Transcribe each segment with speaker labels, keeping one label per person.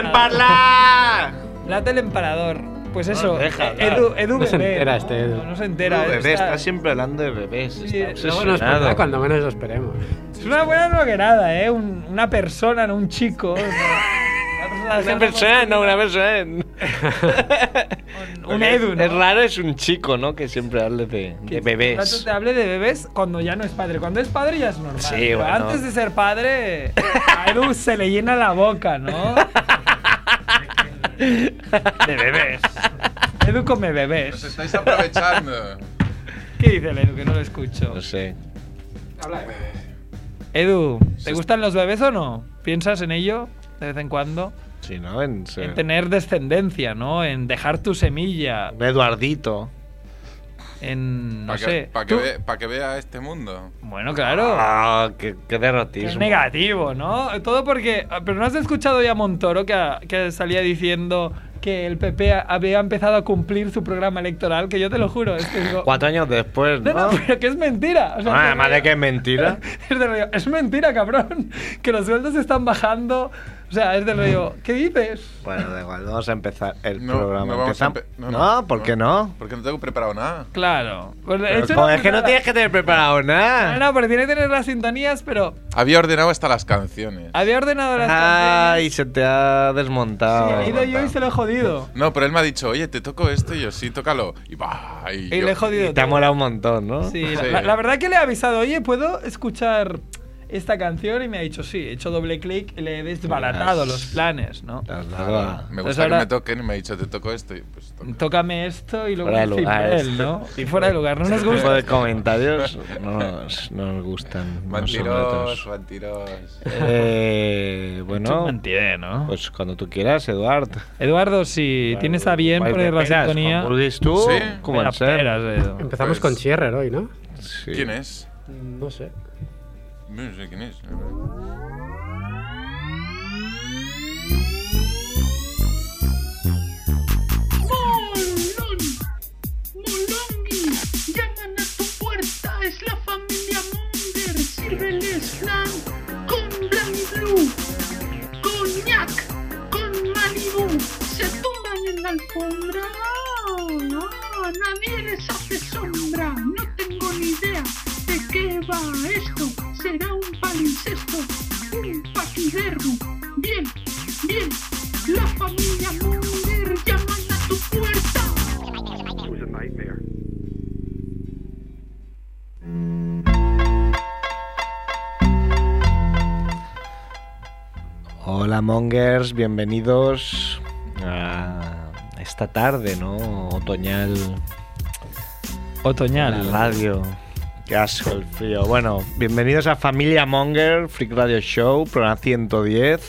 Speaker 1: ¡Emparla!
Speaker 2: La del emperador. Pues eso.
Speaker 1: nos deja hablar.
Speaker 2: Edu, Edu
Speaker 3: No se
Speaker 2: bebé,
Speaker 3: entera este Edu.
Speaker 2: No, no se entera. eh,
Speaker 1: Bebé,
Speaker 2: está-
Speaker 1: está siempre hablando de bebés.
Speaker 2: Sí,
Speaker 1: Está
Speaker 3: No, bueno, es
Speaker 1: obsesionado.
Speaker 3: verdad, cuando menos lo esperemos.
Speaker 2: Es una buena roguerada, ¿eh? Un- una persona, no un chico. o sea, una persona
Speaker 1: Una
Speaker 2: haciendo-
Speaker 1: persona, no, una persona.
Speaker 2: Un, un Edu, ¿no?
Speaker 1: Es raro, es un chico, ¿no? Que siempre hable de, de
Speaker 2: Que tanto
Speaker 1: bebés.
Speaker 2: te hable de bebés cuando ya no es padre. Cuando es padre ya es normal.
Speaker 1: Sí,
Speaker 2: Pero
Speaker 1: bueno.
Speaker 2: antes de ser padre, a Edu se le llena la boca, ¿no?
Speaker 1: De bebés.
Speaker 2: Edu come
Speaker 4: Os
Speaker 2: bebés.
Speaker 4: estáis aprovechando.
Speaker 2: ¿Qué dice el Edu que no lo escucho?
Speaker 1: No sé.
Speaker 2: Edu, ¿te gustan los bebés o no? ¿Piensas en ello de vez en cuando?
Speaker 1: Sí, ¿no? En, se-
Speaker 2: En tener descendencia, ¿no? En dejar tu semilla,
Speaker 1: un Eduardito.
Speaker 2: en... no
Speaker 4: Para que,
Speaker 2: sé.
Speaker 4: pa' que
Speaker 2: Tú-
Speaker 4: ve- pa' que vea este mundo.
Speaker 2: Bueno, claro.
Speaker 1: Ah, qué, qué
Speaker 2: Que Es
Speaker 1: derrotismo.
Speaker 2: negativo, ¿no? Todo porque... ah, Pero ¿no has escuchado ya a Montoro que, ah, que salía diciendo que el PP a- había empezado a cumplir su programa electoral? Que yo te lo juro, es que digo...
Speaker 1: Cuatro años después,
Speaker 2: No,
Speaker 1: ¿no?
Speaker 2: no, pero que es mentira. O sea,
Speaker 1: Ah,
Speaker 2: que-
Speaker 1: además de que es mentira.
Speaker 2: Es del rollo, es mentira, cabrón. Que los sueldos están bajando. O sea, es del rollo, ¿qué dices?
Speaker 1: Bueno, da igual, vamos a empezar el
Speaker 4: No,
Speaker 1: programa.
Speaker 4: no vamos a
Speaker 1: Empezam-
Speaker 4: empe-
Speaker 1: no,
Speaker 4: no, no,
Speaker 1: ¿por
Speaker 4: no.
Speaker 1: qué no?
Speaker 4: Porque no tengo preparado nada.
Speaker 2: Claro. Pues,
Speaker 1: Pero,
Speaker 2: es una
Speaker 1: joder, es que no
Speaker 2: putada.
Speaker 1: tienes que tener preparado
Speaker 2: No,
Speaker 1: nada.
Speaker 2: no, pero tiene que tener las sintonías, pero
Speaker 4: Había ordenado hasta las canciones.
Speaker 2: había ordenado las
Speaker 1: Ay, se te ha desmontado.
Speaker 2: canciones. Sí, he ido yo y se lo he jodido.
Speaker 4: No, pero él me ha dicho, oye, te toco esto y yo sí, tócalo. Y va. Y,
Speaker 2: Y
Speaker 4: yo-
Speaker 2: le he jodido.
Speaker 1: Y te ha
Speaker 2: todo.
Speaker 1: molado un montón, ¿no?
Speaker 2: Sí, la-
Speaker 4: Sí.
Speaker 2: La, la verdad que le he avisado, oye, ¿puedo escuchar esta canción? Y me ha dicho, sí, he hecho doble clic y le he desbaratado
Speaker 1: Las-
Speaker 2: los planes, ¿no?
Speaker 1: Te has dado a-
Speaker 4: Ah, Me
Speaker 2: Entonces
Speaker 4: gusta
Speaker 2: ahora-
Speaker 4: que me toquen y me ha dicho, te toco esto. Y pues toca.
Speaker 2: Tócame esto y luego
Speaker 1: Fuera de
Speaker 2: el
Speaker 1: lugar,
Speaker 2: cimbel,
Speaker 1: este.
Speaker 2: ¿no? Y fuera de lugar, no nos
Speaker 1: Este tipo
Speaker 2: gusta.
Speaker 1: de comentarios no nos, no nos gustan. no son
Speaker 4: Mentiros,
Speaker 1: gratos.
Speaker 4: mentiros.
Speaker 1: Eh,
Speaker 2: Es
Speaker 1: bueno,
Speaker 2: un mentiré, ¿no?
Speaker 1: pues cuando tú quieras, Eduard.
Speaker 2: Eduardo, si tienes a bien poner la sintonía. eh,
Speaker 1: ¿Burgues tú?
Speaker 4: Sí.
Speaker 1: ¿Cómo
Speaker 2: Espera,
Speaker 1: en ser?
Speaker 2: espera, Edu.
Speaker 3: Empezamos
Speaker 4: Pues-
Speaker 3: con Scherrer hoy, ¿no?
Speaker 1: Sí.
Speaker 4: ¿Quién es?
Speaker 3: No sé.
Speaker 4: No sé quién es.
Speaker 5: Molón, Molongi, llaman a tu puerta, es la familia Munger, sírveles flan con Blanc Blue, coñac, con Malibu, se tumban en la alfombra, Ah, nadie les hace sombra, no tengo ni idea de qué va esto, será un palincesto, un paquidermo, bien, bien, la familia Munger llaman a tu puerta.
Speaker 1: Hola, Mongers, bienvenidos a esta tarde, ¿no? Otoñal.
Speaker 2: Otoñal.
Speaker 1: La radio. Qué asco el frío. Bueno, bienvenidos a Familia Monger, Freak Radio Show, programa 110.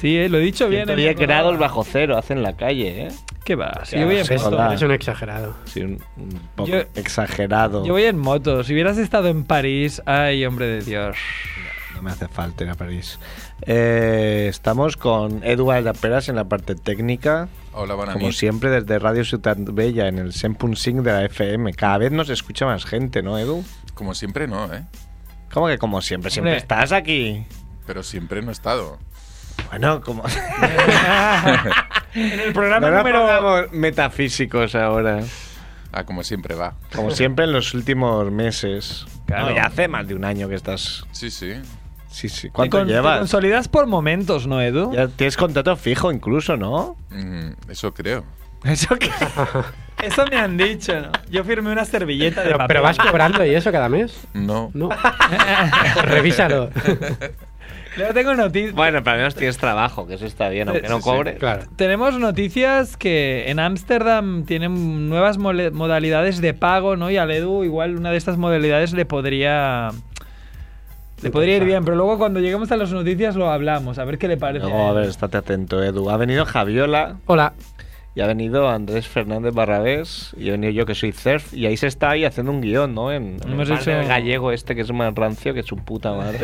Speaker 2: Sí, eh, lo he dicho bien. eh, me
Speaker 1: 110 grados
Speaker 2: acordaba.
Speaker 1: bajo cero, hace en la calle, ¿eh?
Speaker 2: ¿Qué va? Si
Speaker 1: Ya,
Speaker 2: yo voy
Speaker 1: no
Speaker 2: en
Speaker 1: sé,
Speaker 2: moto.
Speaker 1: joder.
Speaker 3: Es un exagerado.
Speaker 1: Sí, un, un poco
Speaker 2: Yo-
Speaker 1: exagerado.
Speaker 2: Yo voy en moto. Si hubieras estado en París, ay, hombre de Dios.
Speaker 1: No me hace falta ir a París. Eh, estamos con Edu Valdeperas en la parte técnica.
Speaker 4: Hola, buenas
Speaker 1: Como siempre, desde Radio Ciudad Bella, en el 100.5 de la FM. Cada vez nos escucha más gente, ¿no, Edu?
Speaker 4: Como siempre no, ¿eh?
Speaker 1: ¿Cómo que como siempre? Siempre
Speaker 2: Hombre.
Speaker 1: estás aquí.
Speaker 4: Pero siempre no he estado.
Speaker 1: Bueno, como...
Speaker 2: en el programa
Speaker 1: no nos
Speaker 2: número.
Speaker 1: pongamos metafísicos ahora.
Speaker 4: Ah, como siempre va.
Speaker 1: Como siempre en los últimos meses.
Speaker 2: Claro.
Speaker 1: No, ya hace más de un año que estás...
Speaker 4: Sí, sí.
Speaker 1: Sí, sí.
Speaker 2: Te
Speaker 1: ¿Cuánto
Speaker 2: con- te
Speaker 1: llevas?
Speaker 2: consolidas por momentos, ¿no, Edu?
Speaker 1: Ya tienes contrato fijo incluso, ¿no?
Speaker 4: Mm, eso creo.
Speaker 1: ¿Eso qué?
Speaker 2: Eso me han dicho, ¿no? Yo firmé una servilleta de
Speaker 3: Pero,
Speaker 2: papel.
Speaker 3: pero vas cobrando y eso cada mes.
Speaker 4: No.
Speaker 3: No. Revísalo.
Speaker 2: Luego tengo noticias.
Speaker 1: Bueno, pero al menos tienes trabajo, que eso está bien, aunque no
Speaker 4: sí,
Speaker 1: cobre.
Speaker 3: claro.
Speaker 2: Tenemos noticias que en Ámsterdam tienen nuevas mole- modalidades de pago, ¿no? Y al Edu igual una de estas modalidades le podría... Le podría ir bien, pero luego cuando lleguemos a las noticias lo hablamos, a ver qué le parece.
Speaker 1: No, a ver, estate atento, Edu. Ha venido Javiola
Speaker 3: Hola.
Speaker 1: y ha venido Andrés Fernández Barrabés y he venido yo que soy Cerf y ahí se está ahí haciendo un guión, ¿no? En, en
Speaker 2: Hemos
Speaker 1: el
Speaker 2: hecho-
Speaker 1: del gallego este que es más rancio que su puta madre.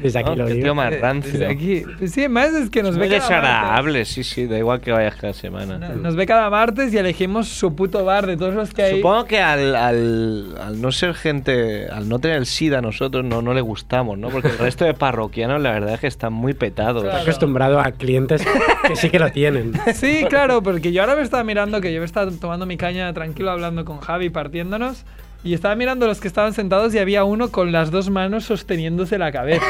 Speaker 3: Desde aquí
Speaker 1: ¿No?
Speaker 3: lo
Speaker 1: Qué
Speaker 3: digo.
Speaker 1: tío más
Speaker 2: Eh,
Speaker 1: rancio.
Speaker 2: desde aquí. Sí, más es que
Speaker 1: Es
Speaker 2: nos
Speaker 1: muy
Speaker 2: ve cada martes.
Speaker 1: desagradable, sí, sí, da igual que vayas cada semana.
Speaker 2: No- Nos ve cada martes y elegimos su puto bar de todos los que hay.
Speaker 1: Supongo que al, al- al no ser gente, al no tener el SIDA nosotros no, no le gustamos, ¿no? Porque el resto de parroquianos la verdad es que están muy petados.
Speaker 2: Claro.
Speaker 3: Acostumbrado a clientes que sí que lo tienen.
Speaker 2: Sí, claro, porque yo ahora me estaba mirando, que yo me estaba tomando mi caña tranquilo hablando con Javi, partiéndonos. Y estaba mirando los que estaban sentados y había uno con las dos manos sosteniéndose la cabeza.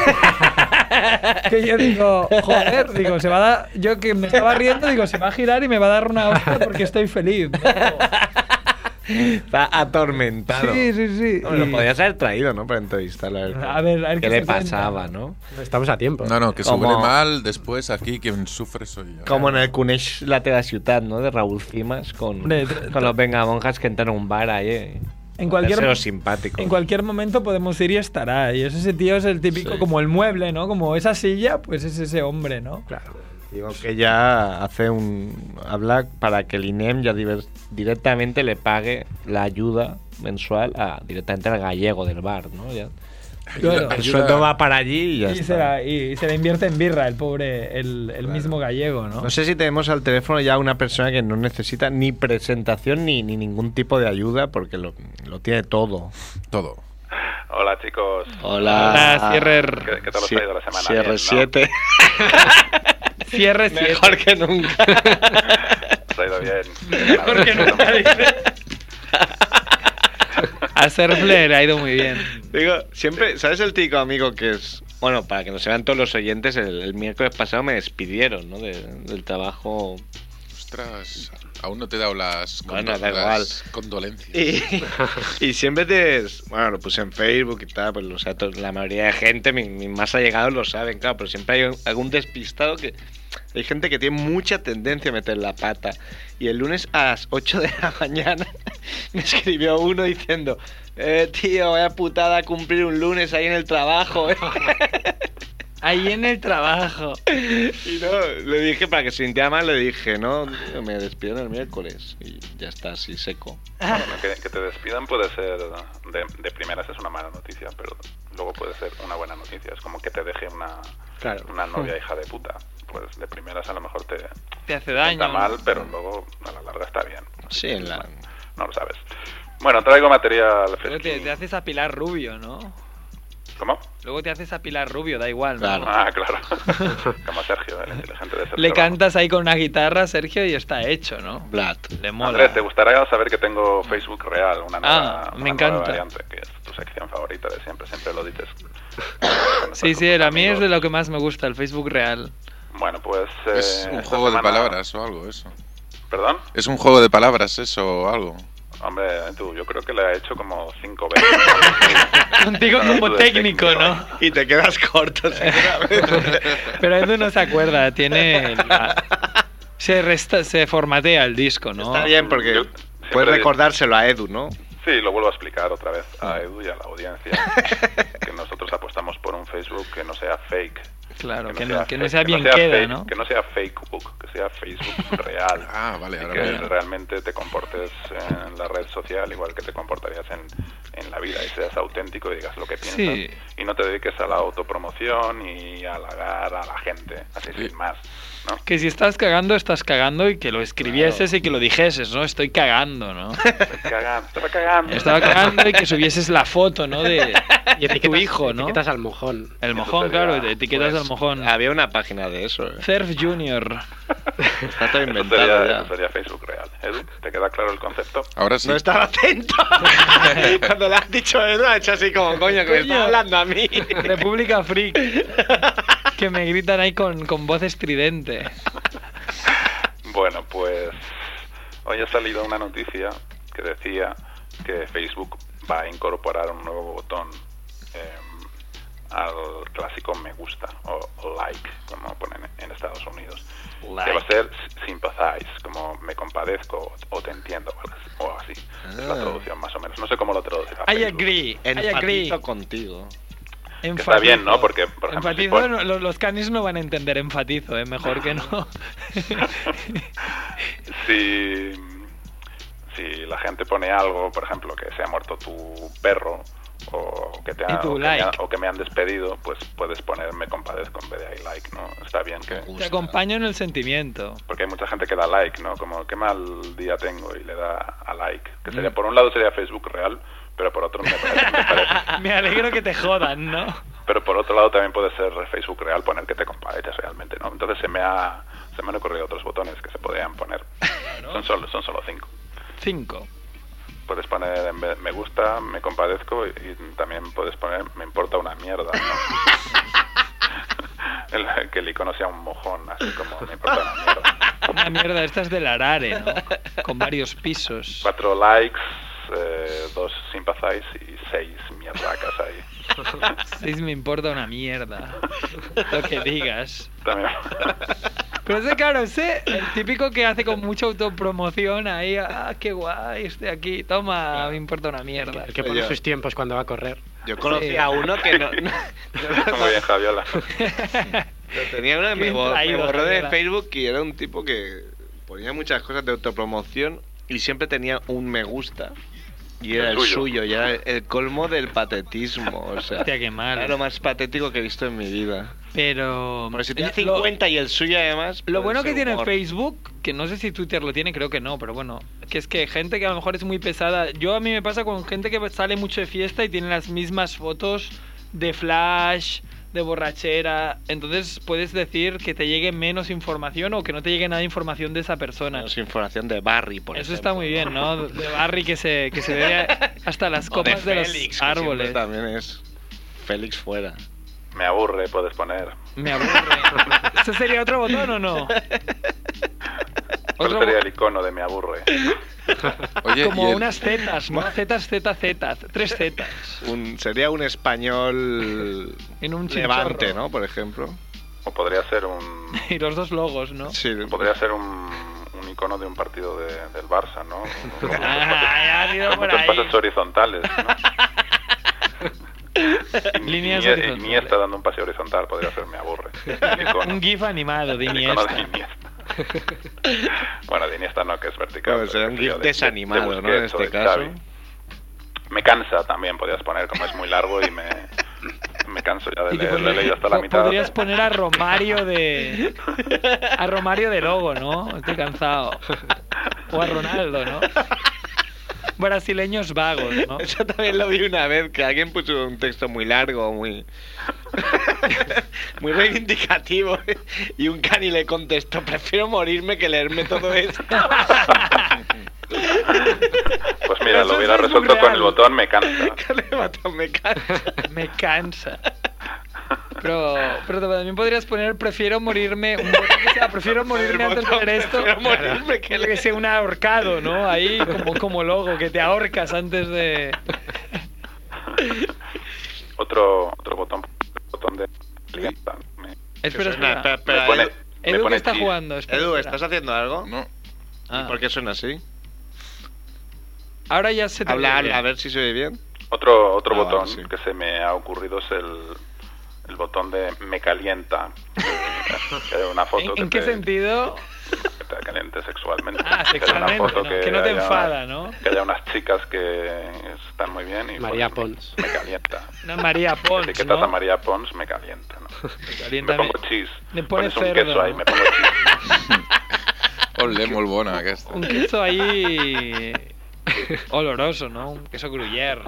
Speaker 2: que yo digo, joder, digo, se va a dar. Yo que me estaba riendo, digo, se va a girar y me va a dar una hostia porque estoy feliz. ¿no?
Speaker 1: Está atormentado.
Speaker 2: Sí, sí, sí.
Speaker 1: Hombre,
Speaker 2: Y-
Speaker 1: lo podías haber traído, ¿no? Para entrevistarle.
Speaker 2: A ver, a ver qué
Speaker 1: qué le
Speaker 2: se
Speaker 1: pasaba,
Speaker 2: cuenta.
Speaker 1: ¿no?
Speaker 3: Estamos a tiempo.
Speaker 4: No, no, que se
Speaker 1: Como-
Speaker 4: huele mal, después aquí quien sufre soy yo.
Speaker 1: Como en el Cunesh La Teva Ciudad, ¿no? De Raúl Cimas con,
Speaker 2: Hombre, tra-
Speaker 1: con los vengamonjas que entran a un bar ahí. eh.
Speaker 2: En cualquier-
Speaker 1: Hacerse los simpáticos.
Speaker 2: En cualquier momento podemos ir y estará. Y ese tío es el típico,
Speaker 1: Sí.
Speaker 2: como el mueble, ¿no? Como esa silla, pues es ese hombre, ¿no?
Speaker 3: Claro.
Speaker 1: Digo que ya hace un. Habla para que el INEM ya diver- directamente le pague la ayuda mensual a directamente al gallego del bar, ¿no? Ya.
Speaker 2: Claro.
Speaker 1: El
Speaker 4: Ayuda-
Speaker 1: sueldo va para allí y ya
Speaker 2: y,
Speaker 1: está.
Speaker 2: se la, y se la invierte en birra el pobre, el, el mismo gallego, ¿no?
Speaker 1: No sé si tenemos al teléfono ya una persona que no necesita ni presentación ni, ni ningún tipo de ayuda porque lo, lo tiene todo.
Speaker 4: Todo.
Speaker 6: Hola chicos,
Speaker 1: Hola.
Speaker 2: Hola, Sierrer.
Speaker 6: ¿Qué- qué tal os ha ido la semana?
Speaker 1: Sierrer
Speaker 6: Bien, ¿no?
Speaker 1: 7.
Speaker 2: Cierre
Speaker 1: Mejor que nunca.
Speaker 6: os ha ido bien.
Speaker 2: Porque no A Serfler ha ido muy bien.
Speaker 1: Digo, siempre, ¿sabes el típico amigo que es? Bueno, para que nos vean todos los oyentes, el, el miércoles pasado me despidieron, ¿no? De- del trabajo.
Speaker 4: Ostras, aún no te he dado las,
Speaker 1: Bueno,
Speaker 4: condo-
Speaker 1: da
Speaker 4: las condolencias.
Speaker 1: Y, eh, y siempre te. Bueno, lo puse en Facebook y tal, pues o sea, to- la mayoría de gente, mi, mi más allegado lo saben, claro, pero siempre hay un- algún despistado que. Hay gente que tiene mucha tendencia a meter la pata. Y el lunes a las 8 de la mañana me escribió uno diciendo: Eh, tío, vaya putada cumplir un lunes ahí en el trabajo. eh".
Speaker 2: Ahí en el trabajo.
Speaker 1: Y no, le dije, para que se sintiera mal, le dije, no, me despidieron el miércoles. Y ya está, así seco.
Speaker 6: Bueno, que, que te despidan puede ser, de, de primeras es una mala noticia, pero luego puede ser una buena noticia. Es como que te deje una,
Speaker 1: Claro.
Speaker 6: una novia hija de puta. Pues de primeras a lo mejor te está
Speaker 2: Te hace
Speaker 6: mal, pero luego a la larga está bien.
Speaker 1: Sí, en la...
Speaker 6: No lo sabes. Bueno, traigo material fresquín.
Speaker 2: haces apilar rubio, ¿no?
Speaker 6: ¿Cómo?
Speaker 2: Luego te haces apilar rubio, da igual,
Speaker 1: ¿no? Claro.
Speaker 6: Ah, claro. Como Sergio, el inteligente de Sergio.
Speaker 2: Le cantas ahí con una guitarra, Sergio, y está hecho, ¿no?
Speaker 1: Vlad.
Speaker 2: Le
Speaker 6: Andrés,
Speaker 2: mola.
Speaker 6: te gustará saber que tengo Facebook real, una nueva,
Speaker 2: Ah, me
Speaker 6: una nueva
Speaker 2: encanta.
Speaker 6: variante, que es tu sección favorita de siempre, siempre lo dices.
Speaker 2: Sí, sí,
Speaker 6: Con tus
Speaker 2: a mí es
Speaker 6: amigos.
Speaker 2: de lo que más me gusta, el Facebook real.
Speaker 6: Bueno, pues... eh,
Speaker 4: Es un
Speaker 6: esta
Speaker 4: juego de
Speaker 6: semana-
Speaker 4: palabras o algo, eso.
Speaker 6: ¿Perdón?
Speaker 4: Es un juego de palabras, eso o algo.
Speaker 6: Hombre, tú, yo creo que la he hecho como cinco veces.
Speaker 2: Contigo
Speaker 6: Claro,
Speaker 2: como
Speaker 6: tú de
Speaker 2: técnico, ¿no?
Speaker 1: Y te quedas corto,
Speaker 2: Pero Edu no se acuerda, tiene... la- Se, resta, se formatea el disco, ¿no?
Speaker 1: Está bien, porque
Speaker 6: Yo-
Speaker 1: puedes
Speaker 6: siempre-
Speaker 1: recordárselo a Edu, ¿no?
Speaker 6: Sí, lo vuelvo a explicar otra vez
Speaker 2: Ah.
Speaker 6: a Edu y a la audiencia, que nosotros apostamos por un Facebook que no sea fake.
Speaker 2: Claro, que no, que no
Speaker 6: fake,
Speaker 2: sea bien queda,
Speaker 6: fake,
Speaker 2: ¿no?
Speaker 6: Que no sea Facebook, que sea Facebook real.
Speaker 4: Ah, vale,
Speaker 6: y
Speaker 4: ahora
Speaker 6: que
Speaker 4: veo.
Speaker 6: realmente te comportes en la red social igual que te comportarías en, en la vida y seas auténtico y digas lo que piensas
Speaker 2: Sí.
Speaker 6: y no te dediques a la autopromoción y a halagar a la gente, así sin más, ¿no?
Speaker 2: Que si estás cagando, estás cagando y que lo escribieses y que lo dijeses, ¿no? Estoy cagando, ¿no?
Speaker 6: Estaba cagando, estaba cagando.
Speaker 2: Estaba cagando y que subieses la foto, ¿no? De,
Speaker 3: Y
Speaker 2: de tu
Speaker 3: etiquetas-
Speaker 2: hijo, ¿no?
Speaker 3: Etiquetas al mojón.
Speaker 2: El
Speaker 6: Eso
Speaker 2: mojón,
Speaker 6: sería,
Speaker 2: claro, etiquetas
Speaker 6: pues,
Speaker 2: al mojón.
Speaker 1: Había una página de eso, ¿eh?
Speaker 2: Cerf Junior.
Speaker 1: Está todo
Speaker 6: Eso
Speaker 1: inventado
Speaker 6: sería,
Speaker 1: ya.
Speaker 6: eso sería Facebook real. Edu, ¿te queda claro el concepto?
Speaker 4: Ahora sí.
Speaker 1: No estaba atento. Cuando le has dicho Edu, ha hecho así como, coño, que me
Speaker 2: Coño.
Speaker 1: está hablando a mí.
Speaker 2: República Freak. Que me gritan ahí con, con voz estridente.
Speaker 6: Bueno, pues hoy ha salido una noticia que decía que Facebook va a incorporar un nuevo botón eh, al clásico me gusta o like, como ponen en Estados Unidos. Que va a ser sympathize, como me compadezco o te entiendo o algo- o así. Es la
Speaker 1: Ah.
Speaker 6: traducción más o menos. No sé cómo lo traducirá.
Speaker 2: I
Speaker 6: Facebook.
Speaker 2: agree. I agree.
Speaker 1: Empatizo contigo.
Speaker 6: Que está bien, ¿no? Porque, por ejemplo, si
Speaker 2: Enfatizo,
Speaker 6: pon-
Speaker 2: no- los, los canis no van a entender enfatizo, ¿eh? mejor que no.
Speaker 6: si, si la gente pone algo, por ejemplo, que se ha muerto tu perro o que, te ha-
Speaker 2: Y tu
Speaker 6: o que me
Speaker 2: like.
Speaker 6: ha- o que me han despedido, pues puedes poner me compadezco en vez de I like, ¿no? Está bien que...
Speaker 2: Te acompaño en el sentimiento.
Speaker 6: Porque hay mucha gente que da like, ¿no? Como, qué mal día tengo y le da a like. Que
Speaker 2: Mm.
Speaker 6: sería, por un lado sería Facebook real, pero por otro me parece- me parece
Speaker 2: Me alegro que te jodan, ¿no?
Speaker 6: Pero por otro lado también puede ser Facebook real poner que te compadeces realmente, ¿no? Entonces se me ha se me han ocurrido otros botones que se podrían poner. Son solo son solo cinco.
Speaker 2: Cinco.
Speaker 6: Puedes poner en vez- me gusta, me compadezco y, y también puedes poner me importa una mierda, ¿no? El- que el icono sea un mojón, así como me importa una mierda.
Speaker 2: Una mierda, esta es del Arare, ¿no? Con varios pisos.
Speaker 6: Cuatro likes, eh, dos simpazáis y seis mierdacas ahí.
Speaker 2: Seis me importa una mierda. Lo que digas.
Speaker 6: También.
Speaker 2: Pero ese, claro, ese, el típico que hace con mucha autopromoción ahí, ah, qué guay, estoy aquí, toma, me importa una mierda.
Speaker 3: El que pone
Speaker 1: Oye.
Speaker 3: sus tiempos cuando va a correr.
Speaker 1: Yo conocí
Speaker 2: Sí.
Speaker 1: a uno que no.
Speaker 6: Muy bien, Javiola.
Speaker 1: Lo tenía uno y me,
Speaker 2: Bien
Speaker 1: bo- me
Speaker 2: traído,
Speaker 1: borró de
Speaker 2: Javiera.
Speaker 1: Facebook y era un tipo que ponía muchas cosas de autopromoción y siempre tenía un me gusta y era el
Speaker 6: El suyo.
Speaker 1: suyo, y era el colmo del patetismo. O sea,
Speaker 2: Hostia, qué mal.
Speaker 1: era lo más patético que he visto en mi vida.
Speaker 2: Pero...
Speaker 1: Porque si tenía
Speaker 2: Lo-
Speaker 1: 50 y el suyo además.
Speaker 2: Lo
Speaker 1: pues,
Speaker 2: bueno que
Speaker 1: ese
Speaker 2: tiene
Speaker 1: humor.
Speaker 2: Facebook, que no sé si Twitter lo tiene, creo que no, pero bueno, que es que gente que a lo mejor es muy pesada. Yo a mí me pasa con gente que sale mucho de fiesta y tiene las mismas fotos de flash, de borrachera. Entonces puedes decir que te llegue menos información o que no te llegue nada de información de esa persona.
Speaker 1: Menos información de Barry, por
Speaker 2: Eso
Speaker 1: ejemplo.
Speaker 2: está muy bien, ¿no? De Barry que se, que se bebe hasta las
Speaker 1: O de
Speaker 2: copas de,
Speaker 1: Félix,
Speaker 2: los
Speaker 1: que siempre
Speaker 2: árboles.
Speaker 1: También es Félix fuera.
Speaker 6: Me aburre, puedes poner.
Speaker 2: Me aburre. ¿Ese sería otro botón o no?
Speaker 6: ¿Cuál
Speaker 2: Otro
Speaker 6: sería
Speaker 2: bo-
Speaker 6: el icono de me aburre?
Speaker 4: Oye,
Speaker 2: Como
Speaker 4: y el-
Speaker 2: unas zetas, ¿no? Zetas, zetas, zetas. Tres zetas.
Speaker 1: Un, sería un español
Speaker 2: En un chinchorro.
Speaker 1: levante, ¿no? Por ejemplo.
Speaker 6: O podría ser un
Speaker 2: Y los dos logos, ¿no?
Speaker 1: Sí,
Speaker 6: podría ser un, un icono de un partido de- del Barça, ¿no? Con muchos
Speaker 2: Ah, ya han ido
Speaker 6: con
Speaker 2: por
Speaker 6: muchos
Speaker 2: ahí.
Speaker 6: pases horizontales, ¿no?
Speaker 2: Líneas
Speaker 6: Inie-
Speaker 2: horizontales.
Speaker 6: Iniesta dando un pase horizontal podría ser me aburre. El icono,
Speaker 2: Un gif animado este. de
Speaker 6: el icono
Speaker 2: Iniesta.
Speaker 6: de Iniesta. bueno, de Iniesta no, que es vertical.
Speaker 1: Claro, será
Speaker 6: pero
Speaker 1: un
Speaker 6: qué sé
Speaker 1: gif
Speaker 6: yo, de- de- de
Speaker 1: desanimado, ¿no? En
Speaker 6: Busquets
Speaker 1: este
Speaker 6: o de
Speaker 1: caso.
Speaker 6: Xavi. Me cansa también, podrías poner, como es muy largo y me, me canso ya de
Speaker 2: Y que
Speaker 6: leer. Lo he
Speaker 2: podrías-
Speaker 6: leído hasta la
Speaker 2: po-
Speaker 6: mitad.
Speaker 2: Podrías poner a Romario de. A Romario de logo, ¿no? Estoy cansado. O a Ronaldo, ¿no? Brasileños vagos, ¿no?
Speaker 1: Eso también lo vi una vez, que alguien puso un texto muy largo, muy muy reivindicativo, y un cani le contestó, prefiero morirme que leerme todo esto.
Speaker 6: Pues mira,
Speaker 2: Eso
Speaker 6: lo hubiera
Speaker 2: es muy
Speaker 6: resuelto con
Speaker 2: real.
Speaker 6: el botón me cansa.
Speaker 1: Que le mató, me cansa.
Speaker 2: Me cansa. Pero, pero también podrías poner prefiero morirme un botón que sea, prefiero morirme
Speaker 1: El
Speaker 2: antes de
Speaker 1: botón,
Speaker 2: ver esto
Speaker 1: prefiero morirme que
Speaker 2: Yo que sea un ahorcado no ahí como como logo que te ahorcas antes de
Speaker 6: Otro, otro botón, botón de... Me,
Speaker 2: espera
Speaker 1: Espera, espera,
Speaker 2: espera
Speaker 1: espera,
Speaker 6: me pone,
Speaker 1: Edu-
Speaker 6: me
Speaker 2: Edu
Speaker 6: pone
Speaker 2: que está
Speaker 6: sí.
Speaker 2: jugando espera,
Speaker 1: Edu,
Speaker 2: espera.
Speaker 1: ¿estás haciendo algo?
Speaker 4: No,
Speaker 2: Ah,
Speaker 1: ¿Por qué suena así?
Speaker 2: ahora ya se te
Speaker 1: Habla,
Speaker 2: oye.
Speaker 1: habla, a ver si se oye bien.
Speaker 6: Otro, otro
Speaker 1: Ah,
Speaker 6: botón
Speaker 1: vale, sí.
Speaker 6: que se me ha ocurrido es el, el botón de me calienta. Que hay una foto
Speaker 2: ¿En,
Speaker 6: que
Speaker 2: en qué
Speaker 6: te-
Speaker 2: sentido
Speaker 6: que te caliente sexualmente.
Speaker 2: Ah,
Speaker 6: Que haya una
Speaker 2: sexualmente,
Speaker 6: foto
Speaker 2: ¿no? Que no te
Speaker 6: haya-
Speaker 2: enfada, ¿no?
Speaker 6: Que haya unas chicas que están muy bien y
Speaker 3: María
Speaker 6: ponen,
Speaker 3: Pons.
Speaker 6: Me calienta.
Speaker 2: una María Pons
Speaker 6: Etiquetas a
Speaker 2: no
Speaker 6: María Pons me calienta, ¿no?
Speaker 2: Calienta-
Speaker 6: Me pongo chis.
Speaker 2: Le pones
Speaker 6: pones un
Speaker 2: cerdo,
Speaker 6: queso ahí,
Speaker 2: ¿no?
Speaker 6: me pongo chis.
Speaker 4: ole, muy buena que esta.
Speaker 2: un queso ahí oloroso no un queso gruyer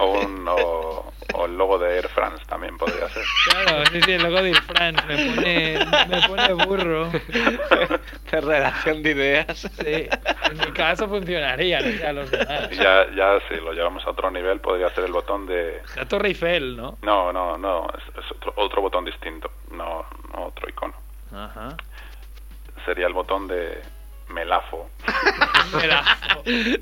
Speaker 6: O, un, o, o el logo de Air France también podría ser.
Speaker 2: Claro, sí, sí, el logo de Air France me pone, me pone burro.
Speaker 1: De relación de ideas.
Speaker 2: Sí, en mi caso funcionaría, no sé a los demás.
Speaker 6: Y ya, ya si lo llevamos a otro nivel, podría ser el botón de...
Speaker 2: La Torre Eiffel, ¿no?
Speaker 6: No, no, no, es, es otro, otro botón distinto, no, no otro icono.
Speaker 2: Ajá.
Speaker 6: Sería el botón de melafo.
Speaker 2: Pedazo. ¿Y,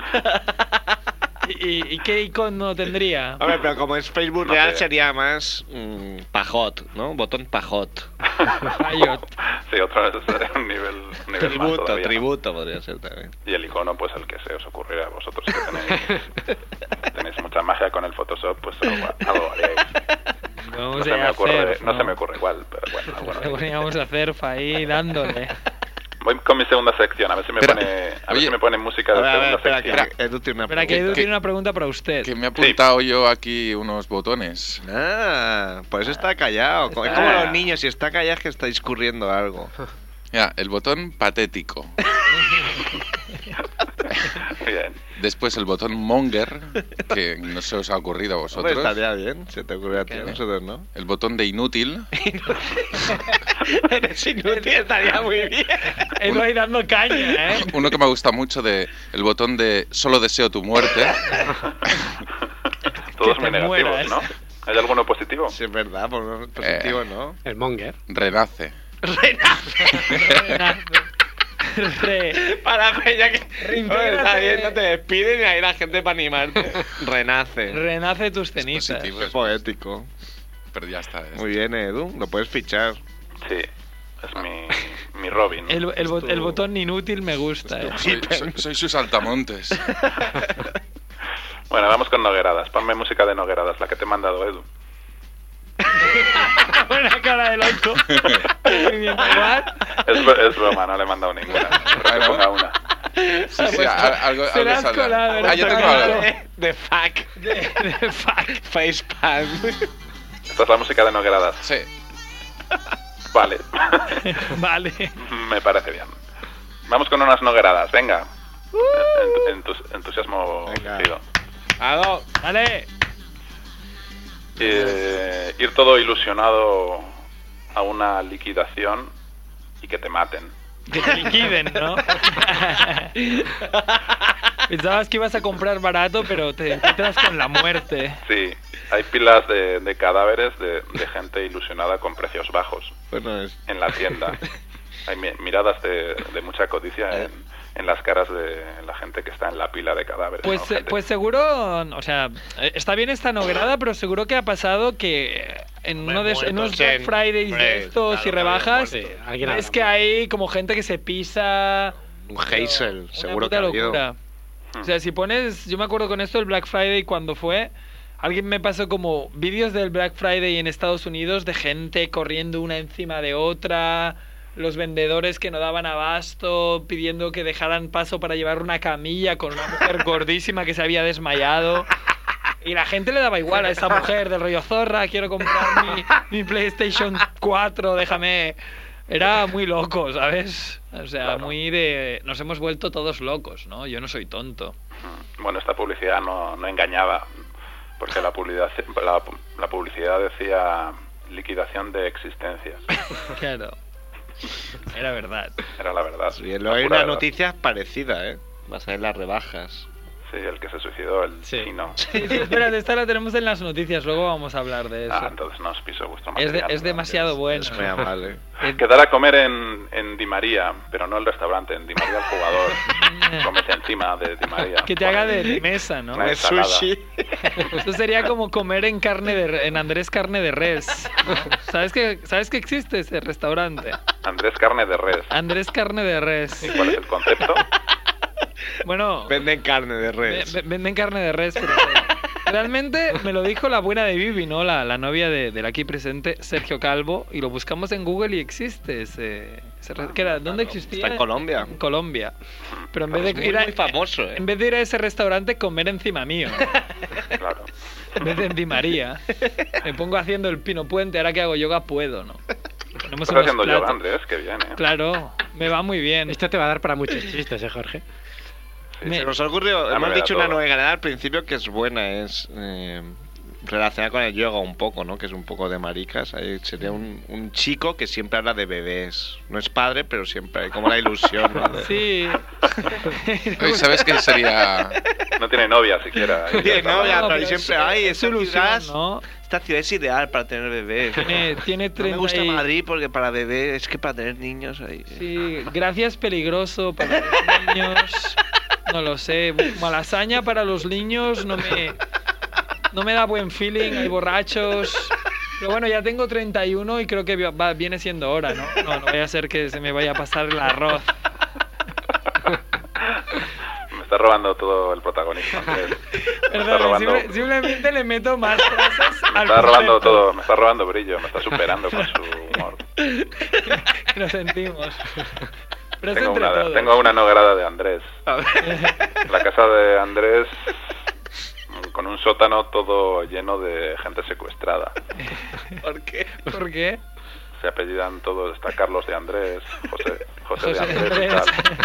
Speaker 2: y- y qué icono tendría?
Speaker 1: Hombre, pero como es Facebook
Speaker 6: No
Speaker 1: real
Speaker 6: sé.
Speaker 1: sería más mm, pajot, ¿no? Botón pajot.
Speaker 2: Riot.
Speaker 6: sí, otra vez sería un nivel, un nivel más
Speaker 1: Tributo,
Speaker 6: todavía.
Speaker 1: tributo podría ser también.
Speaker 6: Y el icono, pues el que se os ocurriera a vosotros que tenéis, tenéis mucha magia con el Photoshop, pues algo, algo haríais.
Speaker 2: Vamos
Speaker 6: No se,
Speaker 2: a
Speaker 6: me ocurre,
Speaker 2: hacer,
Speaker 6: no se me ocurre igual, pero bueno, algo
Speaker 2: Le
Speaker 6: haríais.
Speaker 2: poníamos a Cerfa ahí dándole.
Speaker 6: Voy con mi segunda sección, a ver si me,
Speaker 4: Espera.
Speaker 6: pone, a ver
Speaker 4: Oye.
Speaker 6: si me pone música
Speaker 1: A
Speaker 6: de
Speaker 1: ver, a ver,
Speaker 6: segunda
Speaker 1: espera,
Speaker 6: sección.
Speaker 1: que Edu tiene una
Speaker 2: Espera, que
Speaker 1: pregunta.
Speaker 2: Edu
Speaker 4: que-
Speaker 2: tiene una pregunta para usted.
Speaker 4: Que me he apuntado yo aquí unos botones.
Speaker 1: Ah, por eso está callado. Es como
Speaker 6: Ah.
Speaker 1: los niños, si está callado es que está discurriendo algo.
Speaker 4: Mira, el botón patético.
Speaker 6: Bien.
Speaker 4: Después el botón monger, que no se os ha ocurrido a
Speaker 1: Hombre,
Speaker 4: vosotros.
Speaker 1: estaría bien, se te ocurre a ti, a nosotros no.
Speaker 4: El botón de inútil.
Speaker 1: Eres inútil, estaría muy bien.
Speaker 2: Edu ahí dando caña, ¿eh?
Speaker 4: Uno que me gusta mucho de el botón de solo deseo tu muerte.
Speaker 6: Todos
Speaker 2: te
Speaker 6: muy negativos,
Speaker 2: mueras.
Speaker 6: ¿no? ¿Hay alguno positivo?
Speaker 1: Si es verdad, por lo menos positivo, ¿no?
Speaker 3: El monger.
Speaker 4: Renace.
Speaker 2: Re-
Speaker 1: Para la peña que
Speaker 2: Reintégrate.
Speaker 1: está bien, no te despiden y ahí la gente para animarte. Renace.
Speaker 2: Renace tus cenizas.
Speaker 4: Positivo.
Speaker 1: Es poético.
Speaker 4: Pero ya está.
Speaker 1: Muy bien, Edu, lo puedes fichar.
Speaker 6: Sí, es mi, mi Robin.
Speaker 2: El, el bot- el botón inútil me gusta, ¿eh?
Speaker 4: Soy, soy- soy sus altamontes.
Speaker 6: Bueno, vamos con Nogueradas. Ponme música de Nogueradas, la que te he mandado, Edu.
Speaker 2: Una cara de loco. Muy bien, ¿what?
Speaker 6: Es, bro- es broma, no le he mandado ninguna. Pero que ponga una.
Speaker 4: Sí, sí, al- algo,
Speaker 2: Se
Speaker 4: algo
Speaker 2: la has
Speaker 4: saldrá.
Speaker 2: colado,
Speaker 4: Ah, yo
Speaker 2: no te
Speaker 4: tengo
Speaker 2: creo.
Speaker 4: algo.
Speaker 1: De- De fuck.
Speaker 2: De fuck.
Speaker 1: Facepalm.
Speaker 6: Esta es la música de Nogueradas.
Speaker 4: Sí.
Speaker 6: Vale,
Speaker 2: Vale.
Speaker 6: me parece bien. Vamos con unas Nogueradas, venga. En- entus- entusiasmo
Speaker 1: Venga.
Speaker 6: vencido.
Speaker 1: Ah,
Speaker 2: Hago. Vale.
Speaker 6: Eh, ir todo ilusionado a una liquidación y que te maten.
Speaker 2: Que te liquiden, ¿no? Pensabas que ibas a comprar barato, pero te encuentras con la muerte.
Speaker 6: Sí, hay pilas de, de cadáveres de, de gente ilusionada con precios bajos
Speaker 1: Bueno, Pues es.
Speaker 6: en la tienda. Hay mi- miradas de, de mucha
Speaker 2: Eh.
Speaker 6: codicia en, en las caras de la gente que está en la pila de cadáveres.
Speaker 2: Pues,
Speaker 6: ¿no?
Speaker 2: eh,
Speaker 6: Gente-
Speaker 2: pues seguro, o sea, eh, está bien esta nograda, pero seguro que ha pasado que en, uno de, en unos
Speaker 1: muertos,
Speaker 2: Black
Speaker 1: en-
Speaker 2: Fridays
Speaker 1: hombre,
Speaker 2: de estos
Speaker 1: claro
Speaker 2: y
Speaker 1: que había
Speaker 2: rebajas,
Speaker 1: muertos.
Speaker 3: Sí, alguien
Speaker 2: es
Speaker 3: habrá
Speaker 2: que
Speaker 3: muerto.
Speaker 2: hay como gente que se pisa.
Speaker 1: Un Hazel,
Speaker 2: Una
Speaker 1: seguro que
Speaker 2: puta
Speaker 1: ha habido.
Speaker 2: locura.
Speaker 6: Hmm.
Speaker 2: O sea, si pones, yo me acuerdo con esto el Black Friday cuando fue, alguien me pasó como vídeos del Black Friday en Estados Unidos de gente corriendo una encima de otra, los vendedores que no daban abasto, pidiendo que dejaran paso para llevar una camilla con una mujer gordísima que se había desmayado. Y la gente le daba igual a esa mujer del rollo zorra, quiero comprar mi, mi PlayStation 4, déjame. Era muy loco, ¿sabes? O sea,
Speaker 6: Claro.
Speaker 2: muy de... Nos hemos vuelto todos locos, ¿no? Yo no soy tonto.
Speaker 6: mm, Bueno, esta publicidad no, no engañaba, porque la publicidad, la, la publicidad decía liquidación de existencias.
Speaker 2: Claro. Era verdad.
Speaker 6: Era la verdad.
Speaker 1: Sí, luego
Speaker 6: la
Speaker 1: hay
Speaker 6: pura
Speaker 1: una
Speaker 6: verdad.
Speaker 1: noticia parecida, ¿eh? Va a salir las rebajas.
Speaker 6: Sí, el que se suicidó, el
Speaker 3: Sí.
Speaker 6: chino.
Speaker 2: Sí, sí, espérate, esta la tenemos en las noticias, luego vamos a hablar de eso.
Speaker 6: Ah, entonces no os piso vuestro
Speaker 2: es, de-
Speaker 6: material.
Speaker 2: es demasiado bueno.
Speaker 1: Es muy amable.
Speaker 2: Eh,
Speaker 6: Quedar a comer en, en Di María, pero no el restaurante, en Di María el jugador. Comes encima de Di María.
Speaker 2: Que te haga de mesa, ¿no?
Speaker 6: Una ensalada.
Speaker 1: sushi.
Speaker 2: Esto sería como comer en carne de re- en Andrés carne de res. ¿no? ¿Sabes que sabes que existe ese restaurante?
Speaker 6: Andrés Carne de Res.
Speaker 2: Andrés carne de res.
Speaker 6: ¿Cuál es el concepto?
Speaker 2: Bueno,
Speaker 1: Venden carne de res.
Speaker 2: ve- ve- venden carne de res, pero eh, realmente me lo dijo la buena de Vivi, ¿no? La, la novia de- del aquí presente Sergio Calvo y lo buscamos en Google y existe ese, ese re- ¿qué era? ¿Dónde existía?
Speaker 1: Está en Colombia.
Speaker 2: En Colombia. Pero en vez de
Speaker 1: Es muy,
Speaker 2: ir a,
Speaker 1: muy famoso, ¿eh?
Speaker 2: en vez de ir a ese restaurante comer encima mío.
Speaker 6: Claro.
Speaker 2: En vez de en Di María, me pongo haciendo el pino puente. Ahora que hago yoga puedo, ¿no? Ponemos
Speaker 6: Estás
Speaker 2: unos
Speaker 6: haciendo yoga,
Speaker 2: Pues platos.
Speaker 6: Andrés, qué bien, ¿eh?
Speaker 2: Claro, me va muy bien.
Speaker 4: Este-
Speaker 3: Esto te va a dar para muchos chistes, ¿eh, Jorge?
Speaker 6: Sí,
Speaker 2: Me-
Speaker 1: Se nos ha ocurrido,
Speaker 6: Dámela
Speaker 1: hemos dicho una
Speaker 6: toda.
Speaker 1: nueva ganada al principio que es buena, es eh, relacionada con el yoga un poco, ¿no? Que es un poco de maricas. Ahí sería un, un chico que siempre habla de bebés. No es padre, pero siempre hay como la ilusión, ¿no? De-
Speaker 2: Sí.
Speaker 4: Oye, ¿Sabes qué sería?
Speaker 6: No tiene novia siquiera.
Speaker 1: Sí, no, ya,
Speaker 2: No,
Speaker 1: pero
Speaker 2: pero
Speaker 1: siempre,
Speaker 2: es-
Speaker 1: ay,
Speaker 2: es
Speaker 1: esta
Speaker 2: ilusión,
Speaker 1: ciudad,
Speaker 2: ¿no?
Speaker 1: esta ciudad es ideal para tener bebés.
Speaker 2: Tiene, tiene
Speaker 1: No me
Speaker 2: 30
Speaker 1: gusta
Speaker 2: y-
Speaker 1: Madrid porque para bebés, es que para tener niños ahí...
Speaker 2: Sí, gracias peligroso para los niños. No lo sé. Malasaña para los niños no me, no me da buen feeling. Hay borrachos. Pero bueno, ya tengo 31 y creo que vi- va- viene siendo hora, ¿no? No, no vaya a ser que se me vaya a pasar el arroz.
Speaker 6: Me está robando todo el protagonismo. Andrés. Me está
Speaker 2: Perdón,
Speaker 6: robando,
Speaker 2: simple- simplemente le meto más frases
Speaker 6: me
Speaker 2: al
Speaker 6: está robando
Speaker 2: concepto.
Speaker 6: todo, me está robando brillo, me está superando con su humor.
Speaker 2: Lo sentimos.
Speaker 7: Pero es
Speaker 6: Tengo
Speaker 7: entre
Speaker 6: una,
Speaker 7: todos.
Speaker 6: tengo una nograda de Andrés.
Speaker 1: A ver.
Speaker 6: La casa de Andrés mm, con un sótano todo lleno de gente secuestrada.
Speaker 1: ¿Por qué?
Speaker 7: ¿Por qué?
Speaker 6: Se apellidan todos, está Carlos de Andrés, José, José de
Speaker 7: José de
Speaker 6: Andrés y
Speaker 7: Andrés.
Speaker 6: tal.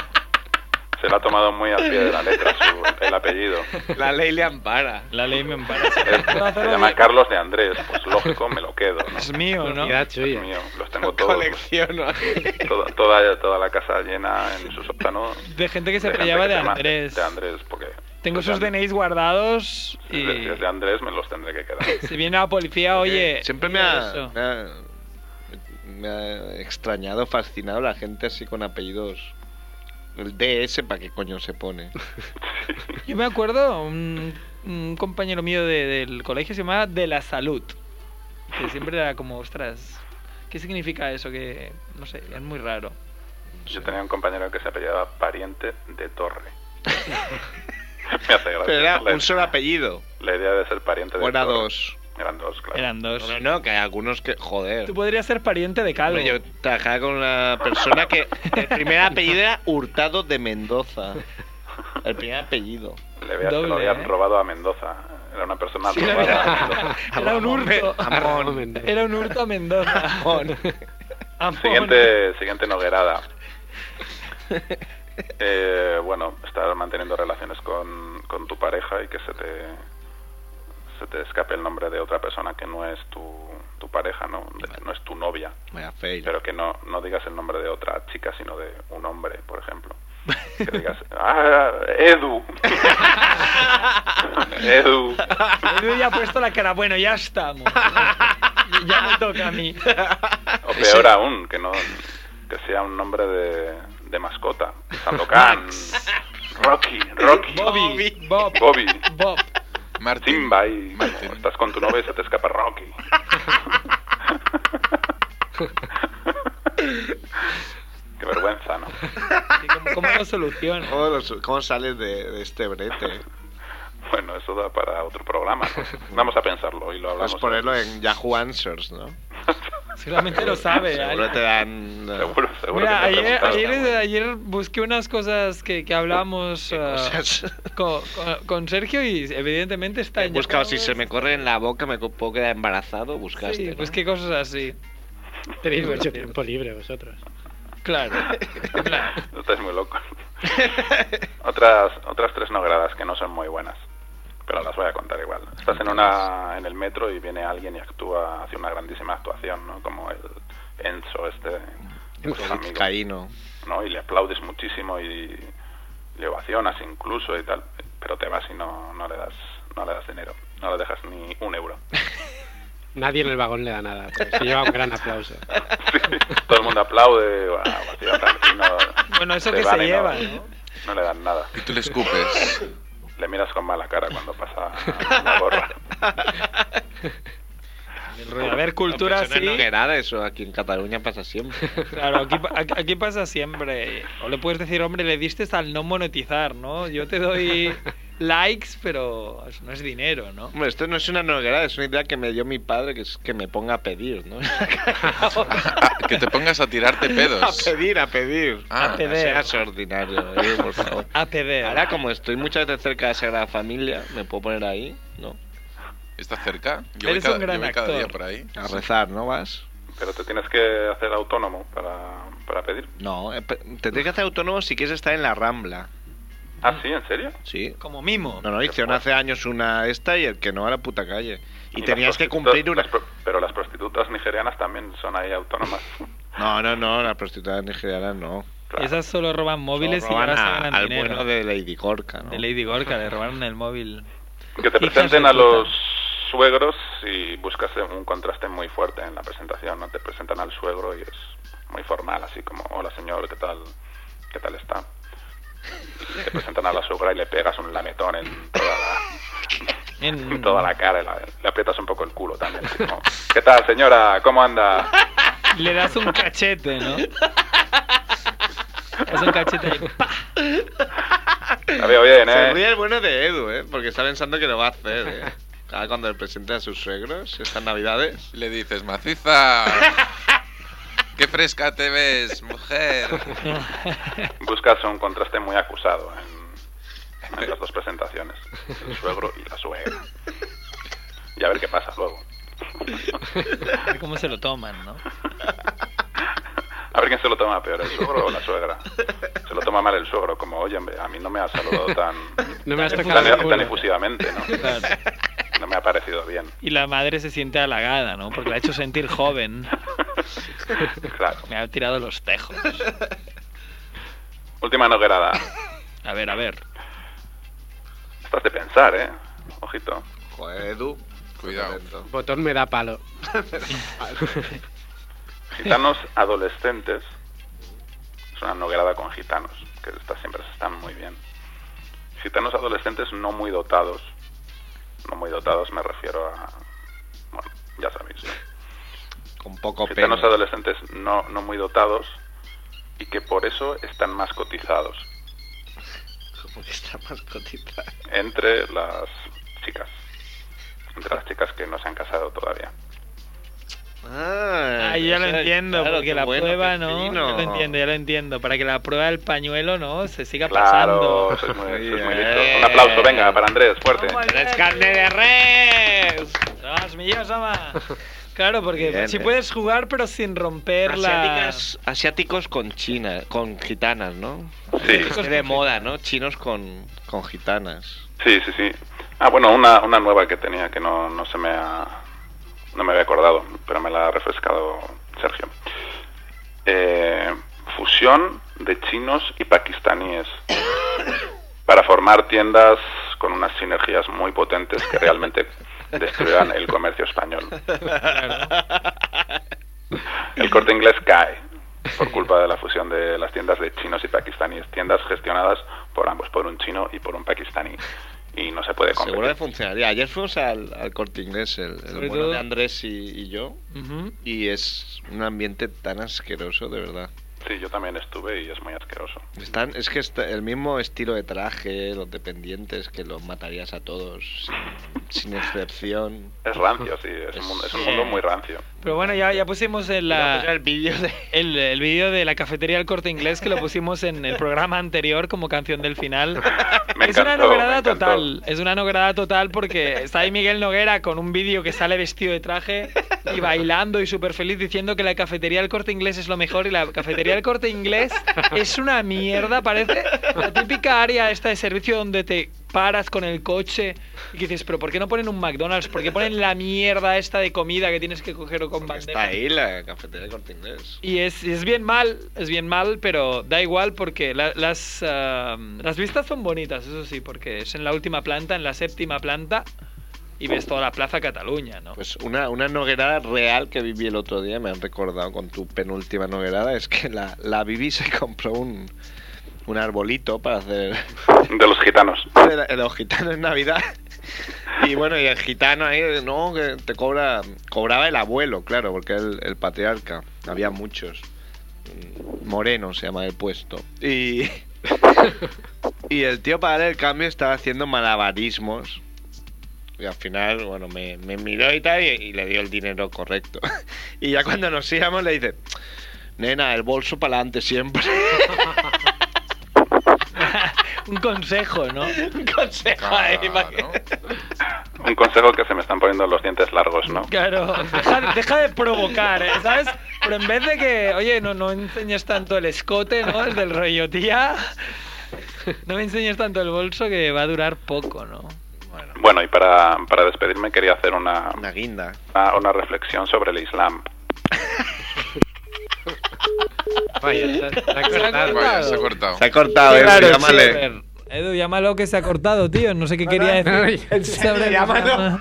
Speaker 6: Se la ha tomado muy al pie de la letra su- el apellido.
Speaker 1: La ley le ampara.
Speaker 2: La ley me embaraza.
Speaker 6: Es- se llama Carlos de Andrés, pues lógico, me lo quedo, ¿no?
Speaker 2: Es mío, ¿no?
Speaker 3: Propiedad suya.
Speaker 6: Dios mío, los tengo todos. pues.
Speaker 1: Colecciono.
Speaker 6: Toda, toda, toda la casa llena en su sótano.
Speaker 2: De gente que se
Speaker 6: de gente
Speaker 2: peleaba
Speaker 6: que
Speaker 2: de
Speaker 6: se llama-
Speaker 2: Andrés.
Speaker 6: De Andrés, porque...
Speaker 2: Tengo
Speaker 6: pues,
Speaker 2: sus
Speaker 6: de-
Speaker 2: DNIs guardados y
Speaker 6: de- de- de Andrés me los tendré que quedar.
Speaker 2: si viene la policía, oye...
Speaker 1: Siempre me
Speaker 2: mira
Speaker 1: ha,
Speaker 2: eso.
Speaker 1: me ha- me ha extrañado, fascinado la gente así con apellidos. El DS, ¿para qué coño se pone?
Speaker 2: Yo me acuerdo, un, un compañero mío de- del colegio se llamaba De la Salud. Que siempre era como, ostras, ¿qué significa eso? Que, no sé, es muy raro.
Speaker 6: Yo tenía un compañero que se apellidaba Pariente de Torre. Me hace gracia.
Speaker 1: Pero era
Speaker 6: la,
Speaker 1: un solo apellido.
Speaker 6: la idea de ser pariente de
Speaker 1: O era
Speaker 6: Torre.
Speaker 1: dos.
Speaker 6: Eran dos, claro.
Speaker 2: Eran dos.
Speaker 1: No, no, que hay algunos que. Joder.
Speaker 2: Pues Tú podrías ser pariente de Calvo.
Speaker 1: Hombre, Yo trabajaba con una persona que el primer apellido era Hurtado de Mendoza. El primer apellido.
Speaker 6: Le había- se
Speaker 2: Doble,
Speaker 6: lo habían
Speaker 2: ¿eh?
Speaker 6: robado a Mendoza. Era una persona
Speaker 2: Sí,
Speaker 6: robada
Speaker 2: era-
Speaker 6: a Mendoza.
Speaker 2: Era un hurto.
Speaker 1: Amón.
Speaker 2: Era un hurto a Mendoza.
Speaker 1: Amón.
Speaker 2: Amón.
Speaker 6: Siguiente, siguiente noguerada. Eh, bueno, estar manteniendo relaciones con, con tu pareja y que se te, se te escape el nombre de otra persona que no es tu, tu pareja, ¿no? De- no es tu novia.
Speaker 1: Vaya fail.
Speaker 6: Pero que no, no digas el nombre de otra chica, sino de un hombre, por ejemplo. Que digas, ¡ah, Edu! Edu.
Speaker 2: Yo ya he puesto la cara, bueno, ya estamos. ¿no? Ya me toca a mí.
Speaker 6: O peor aún, que no que sea un nombre de, de mascota. Sandokan, Rocky, Rocky,
Speaker 2: Bobby. Bob.
Speaker 6: Bobby,
Speaker 2: Bob.
Speaker 4: Martín.
Speaker 6: Simba y... como
Speaker 4: Martín.
Speaker 6: estás con tu novia y se te escapa Rocky. Qué vergüenza, ¿no?
Speaker 2: Sí, ¿Cómo, cómo lo soluciono?
Speaker 1: ¿Cómo, lo- cómo sales de, de este brete?
Speaker 6: Bueno, eso da para otro programa. ¿no? Vamos a pensarlo y lo hablamos.
Speaker 1: Vas a ponerlo en Yahoo Answers, ¿no?
Speaker 2: Seguramente lo sabe.
Speaker 1: Seguro
Speaker 2: ¿eh?
Speaker 1: te dan.
Speaker 6: Seguro, seguro.
Speaker 2: Mira,
Speaker 6: que te
Speaker 2: ayer,
Speaker 6: preguntaron.
Speaker 2: ayer, ayer busqué unas cosas que, que hablamos
Speaker 1: ¿Qué
Speaker 2: eh,
Speaker 1: cosas?
Speaker 2: con, con- con Sergio y evidentemente está
Speaker 1: He
Speaker 2: en
Speaker 1: buscado si
Speaker 2: Yahoo,
Speaker 1: se me corre en la boca, me co- puedo quedar embarazado. Buscaste.
Speaker 2: Sí,
Speaker 1: este, ¿no?
Speaker 2: pues qué cosas así.
Speaker 3: Tenéis mucho tiempo libre vosotros.
Speaker 2: Claro. claro.
Speaker 6: No estáis muy locos. otras, otras tres nogradas que no son muy buenas. Pero las voy a contar igual. Estás en una en el metro y viene alguien y actúa, hace una grandísima actuación, ¿no? Como el Enzo este, vuestro amigo,
Speaker 1: Caíno.
Speaker 6: ¿no? Y le aplaudes muchísimo y le ovacionas incluso y tal, pero te vas y no, no le das no le das dinero, no le dejas ni un euro.
Speaker 3: Nadie en el vagón le da nada. pero se lleva un gran aplauso.
Speaker 6: Sí, todo el mundo aplaude, bueno, vacía, tal, y no-
Speaker 2: Bueno, eso
Speaker 6: le
Speaker 2: que
Speaker 6: van
Speaker 2: se
Speaker 6: y
Speaker 2: lleva,
Speaker 6: no,
Speaker 2: ¿no?
Speaker 6: no le dan nada.
Speaker 4: Y tú le escupes.
Speaker 6: Le miras con mala cara cuando pasa la gorra.
Speaker 1: Pues
Speaker 2: A ver, cultura
Speaker 1: No, pero eso
Speaker 2: sí.
Speaker 1: No es noguerada, eso aquí en Cataluña pasa siempre.
Speaker 2: Claro, aquí, pa- aquí- aquí pasa siempre. O le puedes decir, hombre, le diste al no monetizar, ¿no? Yo te doy likes, pero eso no es dinero, ¿no?
Speaker 1: Hombre, esto no es una noguerada, es una idea que me dio mi padre, que es que me ponga a pedir, ¿no?
Speaker 4: Ah, que te pongas a tirarte
Speaker 1: a
Speaker 4: pedos.
Speaker 1: pedir, a pedir.
Speaker 4: Ah.
Speaker 1: no
Speaker 4: A
Speaker 2: pedir.
Speaker 1: seas ordinario, eh, por favor.
Speaker 2: APD.
Speaker 1: Ahora, como estoy muchas veces cerca de la Sagrada Familia, me puedo poner ahí, ¿no?
Speaker 4: ¿Estás cerca?
Speaker 2: Eres un gran
Speaker 4: yo voy cada
Speaker 2: actor.
Speaker 4: día por ahí.
Speaker 1: A rezar, ¿no vas?
Speaker 6: Pero te tienes que hacer autónomo para, para pedir.
Speaker 1: No, eh, pe- te tienes que hacer autónomo si quieres estar en la Rambla,
Speaker 6: Ah, sí, ¿en serio?
Speaker 1: ¿sí?
Speaker 2: Como mimo.
Speaker 1: No, no, hicieron hace años una esta y el que no a la puta calle. Y, tenías
Speaker 6: las
Speaker 1: que
Speaker 6: prostitu-
Speaker 1: cumplir una...
Speaker 6: las pro- pero las prostitutas nigerianas también son ahí autónomas.
Speaker 1: No, no, no, la prostituta nigeriana no.
Speaker 6: Claro.
Speaker 2: Esas solo roban móviles
Speaker 1: Solo roban
Speaker 2: y
Speaker 1: a-
Speaker 2: ahora se ganan
Speaker 1: al
Speaker 2: dinero.
Speaker 1: bueno de Lady Gorka, ¿no?
Speaker 2: De Lady Gorka, le robaron el móvil.
Speaker 6: Que
Speaker 2: Hijas
Speaker 6: te presenten
Speaker 2: de
Speaker 6: a
Speaker 2: puta.
Speaker 6: los suegros y buscas un contraste muy fuerte en la presentación. ¿no? Te presentan al suegro y es muy formal, así como, hola señor, ¿qué tal, ¿Qué tal está? Y te presentan a la suegra y le pegas un lametón en toda la...
Speaker 2: En-
Speaker 6: toda la cara, la- le aprietas un poco el culo también. así como, ¿Qué tal, señora? ¿Cómo anda?
Speaker 2: Le das un cachete, ¿no? Le das un cachete y ¡pa!
Speaker 6: La veo bien,
Speaker 1: Se ríe
Speaker 6: ¿eh?
Speaker 1: el bueno de Edu, ¿eh? Porque está pensando que lo va a hacer, ¿eh? Cada cuando le presenten a sus suegros estas navidades.
Speaker 4: Le dices, maciza.
Speaker 8: ¡Qué fresca te ves, mujer!
Speaker 6: Buscas un contraste muy acusado en, en las dos presentaciones, el suegro y la suegra. Y a ver qué pasa luego.
Speaker 2: A ver cómo se lo toman, ¿no?
Speaker 6: A ver quién se lo toma peor, el suegro o la suegra. Se lo toma mal el suegro, como, oye, hombre, a mí no me ha saludado tan,
Speaker 3: No me has tocado
Speaker 6: tan,
Speaker 3: el
Speaker 6: tan
Speaker 3: culo.
Speaker 6: efusivamente, ¿no? No me ha parecido bien.
Speaker 2: Y la madre se siente halagada, ¿no? Porque la ha hecho sentir joven.
Speaker 6: Claro.
Speaker 2: Me ha tirado los tejos.
Speaker 6: Última noguerada.
Speaker 2: A ver, a ver.
Speaker 6: Estás de pensar, ¿eh? Ojito.
Speaker 1: Joder, Edu.
Speaker 4: Cuidado.
Speaker 1: Atento.
Speaker 3: Botón me da palo.
Speaker 6: Gitanos adolescentes. Es una noguerada con gitanos, que estas siempre están muy bien. Gitanos adolescentes no muy dotados. No muy dotados me refiero a... Bueno, ya sabéis. ¿no?
Speaker 1: Con poco pelo.
Speaker 6: Gitanos adolescentes no, no muy dotados y que por eso están más cotizados
Speaker 1: Como que está más cotita.
Speaker 6: entre las chicas. Entre las chicas que no se han casado todavía.
Speaker 1: Ah,
Speaker 2: Ah, yo ya lo
Speaker 1: o sea,
Speaker 2: entiendo,
Speaker 1: claro,
Speaker 2: porque
Speaker 1: qué
Speaker 2: la
Speaker 1: bueno,
Speaker 2: prueba,
Speaker 1: qué
Speaker 2: ¿no?
Speaker 1: fino.
Speaker 2: Ya lo entiendo, ya lo entiendo. Para que la prueba del pañuelo, ¿no? Se siga
Speaker 6: Claro,
Speaker 2: pasando.
Speaker 6: sois muy,
Speaker 1: Muy
Speaker 6: sois muy
Speaker 1: bien.
Speaker 6: listos. Un aplauso, venga, para Andrés, fuerte.
Speaker 2: ¡Es carne de res! ¡Vamos, mi Yosama! Claro, porque
Speaker 1: Bien,
Speaker 2: si
Speaker 1: eh.
Speaker 2: puedes jugar, pero sin romper la...
Speaker 1: Asiáticas, asiáticos con china, con gitanas, ¿no?
Speaker 6: Sí.
Speaker 1: Es de moda, ¿no? Chinos con, con gitanas.
Speaker 6: Sí, sí, sí. Ah, bueno, una, una nueva que tenía que no, no se me ha... No me había acordado, pero me la ha refrescado Sergio. Eh, fusión de chinos y pakistaníes para formar tiendas con unas sinergias muy potentes que realmente destruirán el comercio español. El corte inglés cae por culpa de la fusión de las tiendas de chinos y pakistaníes, tiendas gestionadas por ambos, por un chino y por un pakistaní. Y no se puede
Speaker 1: Seguro
Speaker 6: competir.
Speaker 1: que funcionaría. Ayer fuimos al, al corte inglés, el, el
Speaker 2: Sobre
Speaker 1: bueno
Speaker 2: todo-
Speaker 1: de Andrés y, y yo,
Speaker 2: Ujú.
Speaker 1: y es un ambiente tan asqueroso, de verdad.
Speaker 6: Sí, yo también estuve y es muy asqueroso.
Speaker 1: Están, es que está- el mismo estilo de traje, los dependientes, que los matarías a todos, sin, sin excepción.
Speaker 6: Es rancio, sí, es un mundo, es un mundo muy rancio.
Speaker 2: Pero bueno, ya, ya pusimos en la...
Speaker 1: el vídeo de...
Speaker 2: El, el vídeo de la cafetería del corte inglés que lo pusimos en el programa anterior como canción del final.
Speaker 6: Me
Speaker 2: es una
Speaker 6: encantó, me
Speaker 2: noguerada
Speaker 6: encantó.
Speaker 2: total. Es una noguerada total porque está ahí Miguel Noguera con un vídeo que sale vestido de traje y bailando y súper feliz diciendo que la cafetería del corte inglés es lo mejor y la cafetería del corte inglés es una mierda. Parece la típica área esta de servicio donde te paras con el coche y que dices, pero ¿por qué no ponen un McDonald's? ¿Por qué ponen la mierda esta de comida que tienes que coger o con
Speaker 1: Porque
Speaker 2: bandeja?
Speaker 1: Está ahí la cafetería de corte inglés.
Speaker 2: Y es, es bien mal, es bien mal, pero da igual porque la- las, ah, las vistas son bonitas, eso sí, porque es en la última planta, en la séptima planta, y ves toda la Plaza Cataluña, ¿no?
Speaker 1: Pues una, una noguerada real que viví el otro día, me han recordado con tu penúltima noguerada, es que la, la Vivi se compró un, un arbolito para hacer
Speaker 6: De los gitanos.
Speaker 1: el, el gitano en Navidad. Y bueno, y el gitano ahí, no, que te cobra, cobraba el abuelo, claro, porque el, el patriarca, había muchos. Moreno se llama el puesto. Y, y el tío para dar el cambio estaba haciendo malabarismos. Y al final, bueno, me, me miró y tal, y, y le dio el dinero correcto. Y ya cuando nos íbamos le dice, nena, el bolso para adelante siempre.
Speaker 2: Un consejo, ¿no?
Speaker 1: Un consejo ahí, para que-
Speaker 4: Claro.
Speaker 6: Un consejo que se me están poniendo los dientes largos, ¿no?
Speaker 2: Claro, deja, deja de provocar, ¿eh? ¿sabes? Pero en vez de que, oye, no, no enseñes tanto el escote, ¿no? El del rollo, tía. No me enseñes tanto el bolso que va a durar poco, ¿no?
Speaker 6: Bueno, y para, para despedirme quería hacer una,
Speaker 1: Una guinda.
Speaker 6: una, una reflexión sobre el Islam.
Speaker 3: Vaya, se- se ha cortado.
Speaker 4: Vaya, se ha cortado.
Speaker 1: Se ha cortado, eh.
Speaker 2: Claro, sí, a
Speaker 1: llámale.
Speaker 2: ver. Edu, llámalo que se ha cortado, tío. No sé qué quería
Speaker 3: no,
Speaker 2: decir.
Speaker 3: no,
Speaker 2: Sobre-
Speaker 9: llámalo.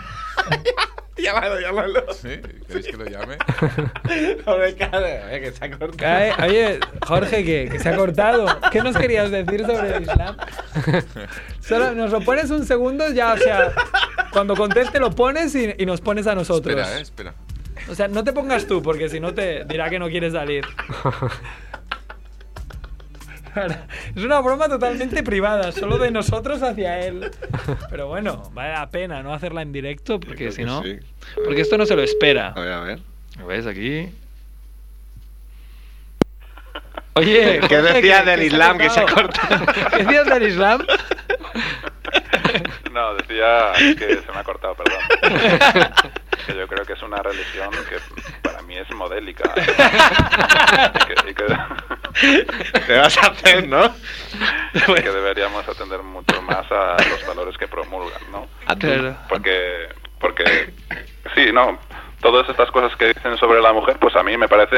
Speaker 4: Llámalo, llámalo. ¿Sí? ¿Queréis que lo llame?
Speaker 9: que se ha
Speaker 2: Cae- Oye, Jorge, que, que se ha cortado. ¿Qué nos querías decir sobre el Islam? Solo nos lo pones un segundo, ya, o sea, cuando conteste lo pones y, y nos pones a nosotros.
Speaker 4: Espera, eh, espera.
Speaker 2: O sea, no te pongas tú, porque si no te dirá que no quieres salir. Es una broma totalmente privada, solo de nosotros hacia él. Pero bueno, vale la pena no hacerla en directo, porque
Speaker 1: creo
Speaker 2: si
Speaker 1: que
Speaker 2: no.
Speaker 1: sí.
Speaker 2: Porque esto no se lo espera.
Speaker 1: A ver, a ver.
Speaker 2: ¿Lo ves aquí?
Speaker 10: Oye,
Speaker 11: ¿Qué
Speaker 10: Jorge,
Speaker 11: decías
Speaker 10: que-
Speaker 11: del
Speaker 10: que
Speaker 11: Islam que se ha
Speaker 10: cortado?
Speaker 11: cortado?
Speaker 10: ¿Qué decías del Islam?
Speaker 6: No, decía que se me ha cortado, perdón. Que yo creo que es una religión que para mí es modélica. Y que, y que-
Speaker 11: Te vas a hacer, ¿no?
Speaker 6: y que deberíamos atender mucho más a los valores que promulgan, ¿no?
Speaker 10: Claro.
Speaker 6: Porque, porque, sí, no, todas estas cosas que dicen sobre la mujer, pues a mí me parece...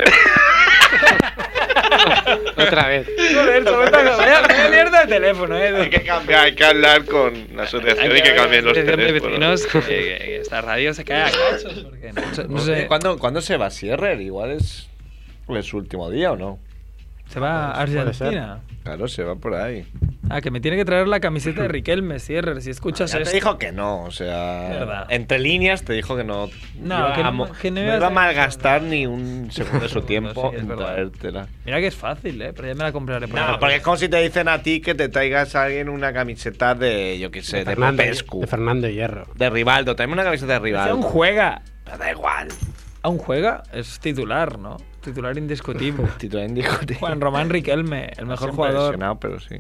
Speaker 3: Otra vez.
Speaker 2: Joder, todo está- vaya, vaya mierda de teléfono, eh.
Speaker 11: Hay que cambiar, hay que hablar con la asociación y que cambien los
Speaker 10: Desde de
Speaker 11: teléfonos.
Speaker 10: vecinos, eh, que- que esta radio se cae a cachos. Porque no, no sé.
Speaker 1: Pues, ¿Cuándo, cuándo se va Sierrer? Igual es, es su último día o no.
Speaker 2: Se va a
Speaker 1: Puede ser.
Speaker 2: Argentina.
Speaker 1: Claro, se va por ahí.
Speaker 2: Ah, que me tiene que traer la camiseta de Riquelme, Sierrer, si escuchas
Speaker 1: Ya
Speaker 2: esto.
Speaker 1: te dijo que no, o
Speaker 2: Verdad.
Speaker 1: sea, entre líneas te dijo que no,
Speaker 2: No,
Speaker 1: iba
Speaker 2: que no-
Speaker 1: a mo-
Speaker 2: que no
Speaker 1: no
Speaker 2: ibas
Speaker 1: iba a
Speaker 2: a-
Speaker 1: malgastar ni un segundo de su
Speaker 2: Segundo,
Speaker 1: tiempo
Speaker 2: sí, es
Speaker 1: en
Speaker 2: verdad.
Speaker 1: traértela.
Speaker 2: Mira que es fácil, eh, pero ya me la compraré. por
Speaker 1: No,
Speaker 2: ahí.
Speaker 1: porque es como si te dicen a ti que te traigas a alguien una camiseta de, yo qué sé, de, Popescu,
Speaker 3: de Fernando Hierro.
Speaker 1: de Rivaldo, tráeme una camiseta de
Speaker 2: Si aún
Speaker 1: Rivaldo.
Speaker 2: juega.
Speaker 1: Pero da igual.
Speaker 2: Aún juega, es titular, ¿no? Titular indiscutible.
Speaker 1: Titular indiscutible.
Speaker 2: Juan Román Riquelme, el mejor
Speaker 1: Siempre
Speaker 2: jugador.
Speaker 1: lesionado, pero sí.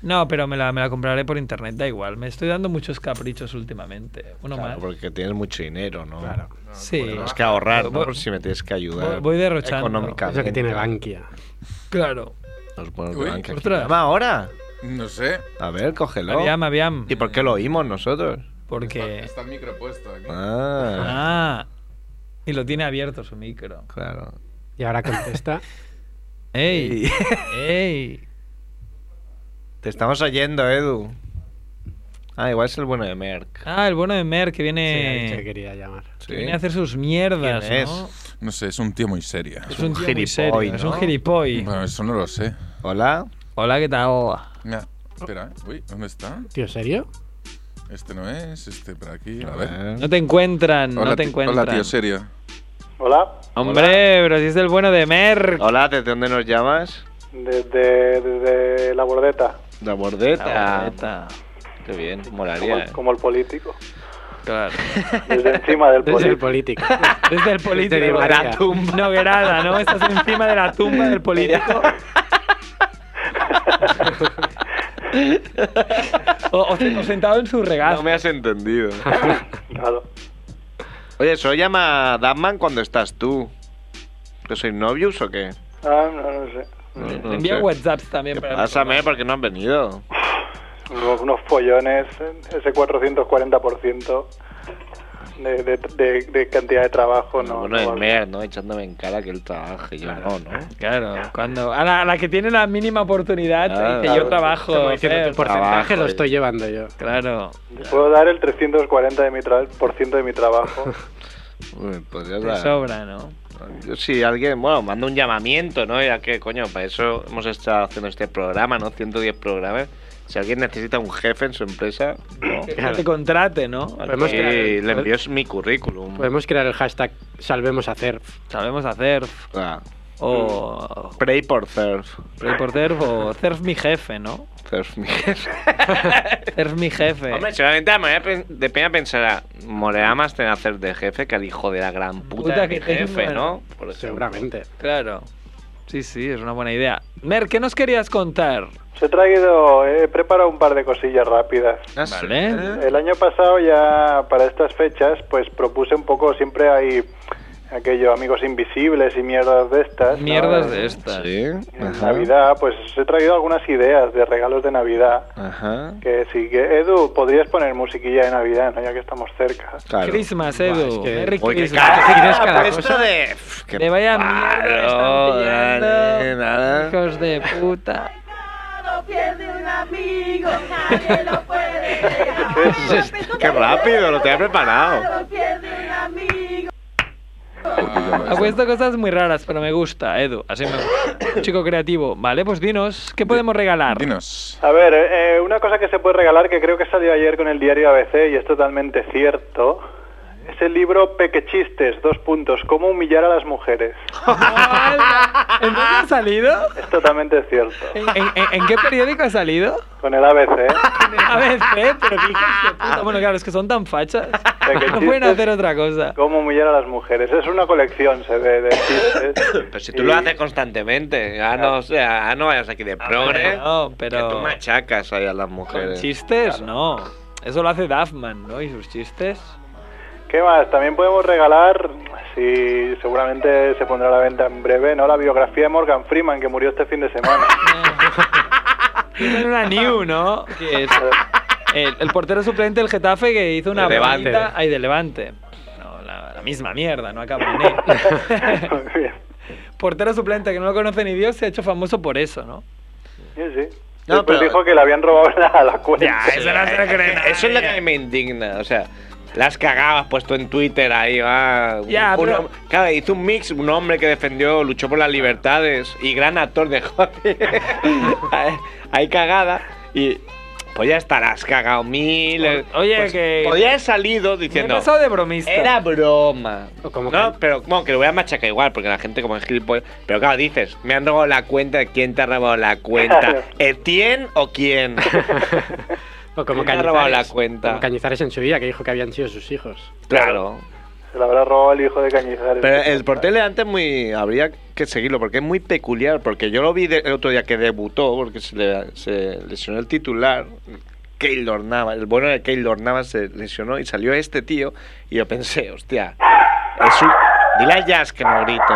Speaker 2: No, pero me la, me la compraré por internet, da igual. Me estoy dando muchos caprichos últimamente. Uno
Speaker 1: Claro,
Speaker 2: más.
Speaker 1: porque tienes mucho dinero, ¿no? Claro.
Speaker 2: sí.
Speaker 1: Tienes que ahorrar, ¿no?
Speaker 2: Voy-
Speaker 1: Por si me tienes que ayudar.
Speaker 2: voy- voy derrochando.
Speaker 1: Económicamente.
Speaker 3: Eso que tiene Bankia.
Speaker 2: Claro.
Speaker 1: Nos ponemos
Speaker 4: Uy,
Speaker 1: banca aquí.
Speaker 2: ostras.
Speaker 1: Llama ahora.
Speaker 4: No sé.
Speaker 1: A ver, cógelo.
Speaker 2: Aviam, aviam.
Speaker 1: ¿Y por qué lo oímos nosotros?
Speaker 2: Porque.
Speaker 4: Está el micro puesto aquí.
Speaker 1: Ah,
Speaker 2: Ah. Y lo tiene abierto su micro.
Speaker 1: claro.
Speaker 3: Y ahora contesta.
Speaker 2: ¡Ey! ¡Ey!
Speaker 1: Te estamos oyendo, Edu. Ah, igual es el bueno de Merck.
Speaker 2: Ah, el bueno de Mer que
Speaker 3: Sí, ha dicho que
Speaker 2: viene.
Speaker 3: quería llamar.
Speaker 2: que viene a hacer sus mierdas,
Speaker 1: ¿Quién
Speaker 2: ¿no?
Speaker 4: No sé, es un tío muy serio.
Speaker 2: Es un tío muy
Speaker 1: gilipoy,
Speaker 2: serio, es un
Speaker 1: ¿no?
Speaker 2: gilipoy.
Speaker 4: Bueno, eso no lo sé.
Speaker 1: Hola.
Speaker 2: Hola, ¿qué tal?
Speaker 4: Mira, espera, ¿eh? Uy, ¿dónde está?
Speaker 3: ¿Tío, serio?
Speaker 4: Este no es, este por aquí. A ver.
Speaker 2: No te encuentran,
Speaker 4: Hola,
Speaker 2: no te
Speaker 4: ti-
Speaker 2: encuentran.
Speaker 4: Hola, tío serio.
Speaker 12: Hola,
Speaker 2: Hombre, pero si es el bueno de Mer.
Speaker 1: Hola, ¿desde dónde nos llamas?
Speaker 12: desde, desde la bordeta,
Speaker 1: La bordeta.
Speaker 2: Ah, neta.
Speaker 1: Qué bien,
Speaker 12: como,
Speaker 1: molaría.
Speaker 12: el- como el político.
Speaker 2: Claro.
Speaker 12: Desde encima del
Speaker 3: Desde el
Speaker 12: político.
Speaker 3: político.
Speaker 2: Desde el político.
Speaker 3: Di María. La
Speaker 2: tumba. Noguerada, ¿no? Estás encima de la tumba del político. o, o sen- o sentado en su
Speaker 1: ¿eh? No
Speaker 2: regazo.
Speaker 1: me has entendido.
Speaker 12: Claro.
Speaker 1: Oye, ¿solo llama Damman cuando estás tú? ¿Que soy novius o qué?
Speaker 12: Ah, no, no sé.
Speaker 1: No, no
Speaker 2: Te Envía
Speaker 1: sé.
Speaker 2: WhatsApps también para
Speaker 1: Pásame porque no han venido.
Speaker 12: Unos, unos follones, ese 440% de, de, de, de cantidad de trabajo. Pues No,
Speaker 1: bueno,
Speaker 12: no
Speaker 1: el
Speaker 12: vale.
Speaker 1: Mer, ¿no? Echándome en cara que él trabaje. Yo no, ¿no?
Speaker 2: Claro, cuando a la, a la que tiene la mínima oportunidad
Speaker 1: Ah,
Speaker 2: eh, que
Speaker 1: claro.
Speaker 2: yo trabajo.
Speaker 3: Como diciendo,
Speaker 2: Fer. ah,
Speaker 3: tu porcentaje
Speaker 1: Trabajo,
Speaker 3: lo
Speaker 1: eh.
Speaker 3: estoy llevando yo.
Speaker 2: Claro.
Speaker 12: Te Puedo dar el 340% de mi, tra- por ciento de mi trabajo.
Speaker 1: Uy, podrías
Speaker 2: Te
Speaker 1: dar-
Speaker 2: sobra, ¿no?
Speaker 1: Yo sí, alguien, bueno, manda un llamamiento, ¿no? Ya que, coño, para eso hemos estado haciendo este programa, ¿no? 110 programas. Si alguien necesita un jefe en su empresa,
Speaker 2: Que te contrate, ¿no?
Speaker 3: Podemos
Speaker 1: aquí
Speaker 3: crear el-
Speaker 1: le envío mi currículum.
Speaker 3: Podemos crear el hashtag Salvemos a Cerf.
Speaker 2: Sabemos hacer.
Speaker 1: Ah,
Speaker 2: O.
Speaker 1: pray por surf.
Speaker 2: Play por Surf o Surf mi jefe, ¿no?
Speaker 1: Surf mi jefe.
Speaker 2: Surf mi jefe.
Speaker 1: Hombre, seguramente la mayoría pen- de Peña pensará, molerá más tener hacer de jefe que al hijo de la gran puta,
Speaker 2: Puta
Speaker 1: de
Speaker 2: que
Speaker 1: mi
Speaker 2: tengo,
Speaker 1: jefe,
Speaker 2: eh.
Speaker 1: ¿no? Por ejemplo.
Speaker 3: Seguramente.
Speaker 2: Claro. Sí, sí, es una buena idea. Mer, ¿qué nos querías contar?
Speaker 12: Os he traído, he preparado un par de cosillas rápidas.
Speaker 1: Ah, sí.
Speaker 2: Vale.
Speaker 12: El año pasado ya para estas fechas pues propuse un poco, siempre hay aquello amigos invisibles y mierdas de estas. ¿no?
Speaker 2: Mierdas
Speaker 12: En-
Speaker 2: de estas.
Speaker 1: Sí.
Speaker 12: En
Speaker 1: Ajá.
Speaker 12: Navidad, pues os he traído algunas ideas de regalos de Navidad.
Speaker 1: Ajá.
Speaker 12: Que sí, que Edu, podrías poner musiquilla de Navidad, ¿no? ya que estamos cerca.
Speaker 1: Claro.
Speaker 2: Christmas,
Speaker 3: Buah,
Speaker 2: Edu.
Speaker 3: es que-
Speaker 2: Merry
Speaker 1: Oye, qué
Speaker 2: Christmas.
Speaker 1: cara,
Speaker 3: quieres cada
Speaker 1: pero esto
Speaker 3: cosa?
Speaker 1: de... Pff, qué
Speaker 2: Que vaya mierda me
Speaker 1: paro,
Speaker 2: están pillando.
Speaker 1: dale, nada.
Speaker 2: Hijos de puta.
Speaker 1: Qué rápido, lo tenía preparado.
Speaker 2: Ha puesto cosas muy raras, pero me gusta, Edu. Así me gusta. Un chico creativo. Vale, pues dinos, ¿qué podemos regalar?
Speaker 4: Dinos.
Speaker 12: A ver, eh, una cosa que se puede regalar que creo que salió ayer con el diario ABC y es totalmente cierto. Es el libro Pequechistes, dos puntos, cómo humillar a las mujeres.
Speaker 2: ¿En dónde ha salido?
Speaker 12: Es totalmente cierto.
Speaker 2: ¿En, en- en qué periódico ha salido?
Speaker 12: Con el ABC,
Speaker 2: A veces, pero qué hijos de puta. Bueno, claro, es que son tan fachas. No pueden hacer otra cosa.
Speaker 12: cómo humillar a las mujeres. Es una colección, se ve, de chistes.
Speaker 1: Pero si tú lo
Speaker 12: Y-
Speaker 1: haces constantemente, ya no, o sea, ya no vayas aquí de progre.
Speaker 2: No,
Speaker 1: eh? Que tú
Speaker 2: pero.
Speaker 1: machacas ahí a las
Speaker 2: Con
Speaker 1: mujeres.
Speaker 2: chistes, no. Eso lo hace Duffman, ¿no? Y sus chistes.
Speaker 12: ¿Qué más? También podemos regalar, si seguramente se pondrá a la venta en breve, ¿no? La biografía de Morgan Freeman, que murió este fin de semana.
Speaker 2: Tienen una new, ¿no? Que es el, el portero suplente del Getafe que hizo una
Speaker 1: De Levante.
Speaker 2: bonita- Ay, de Levante. No, la, la misma mierda, no acaba en E.
Speaker 12: Muy bien.
Speaker 2: portero suplente que no lo conoce ni Dios se ha hecho famoso por eso, ¿no?
Speaker 12: Sí, sí.
Speaker 1: No,
Speaker 12: Después
Speaker 1: pero-
Speaker 12: dijo que le habían robado la, la cuenta.
Speaker 1: Ya, eso, no se lo cree nadie. eh, Eso es lo que a mí me indigna. O sea, las cagabas puesto en Twitter ahí, va. un-
Speaker 2: Ya,
Speaker 1: un
Speaker 2: pero-
Speaker 1: hom- Claro, hizo un mix, un hombre que defendió, luchó por las libertades y gran actor de Hollywood. Ahí- ahí cagada y. Pues ya estarás cagado mil. eh,
Speaker 2: Oye,
Speaker 1: pues
Speaker 2: que-
Speaker 1: Podía haber salido diciendo.
Speaker 2: Me he pasado de bromista.
Speaker 1: Era broma.
Speaker 3: O como
Speaker 1: no,
Speaker 3: que-
Speaker 1: pero bueno, que lo voy a machacar igual, porque la gente como es gilipollas. Pero claro, dices, me han robado la cuenta, ¿quién te ha robado la cuenta?
Speaker 12: Claro.
Speaker 1: ¿Etienne o quién?
Speaker 3: O como
Speaker 1: Me ha robado
Speaker 3: Cañizares.
Speaker 1: la cuenta.
Speaker 3: Como Cañizares en su vida, que dijo que habían sido sus hijos.
Speaker 1: claro.
Speaker 12: Se la habrá robado el hijo de Cañizares.
Speaker 1: Pero el portero de antes muy, habría que seguirlo, porque es muy peculiar, porque yo lo vi de- el otro día que debutó, porque se, le- se lesionó el titular. Keylor Navas, el bueno de Keylor Navas se lesionó y salió este tío y yo pensé, hostia, es un... Dile a Jazz que no grito.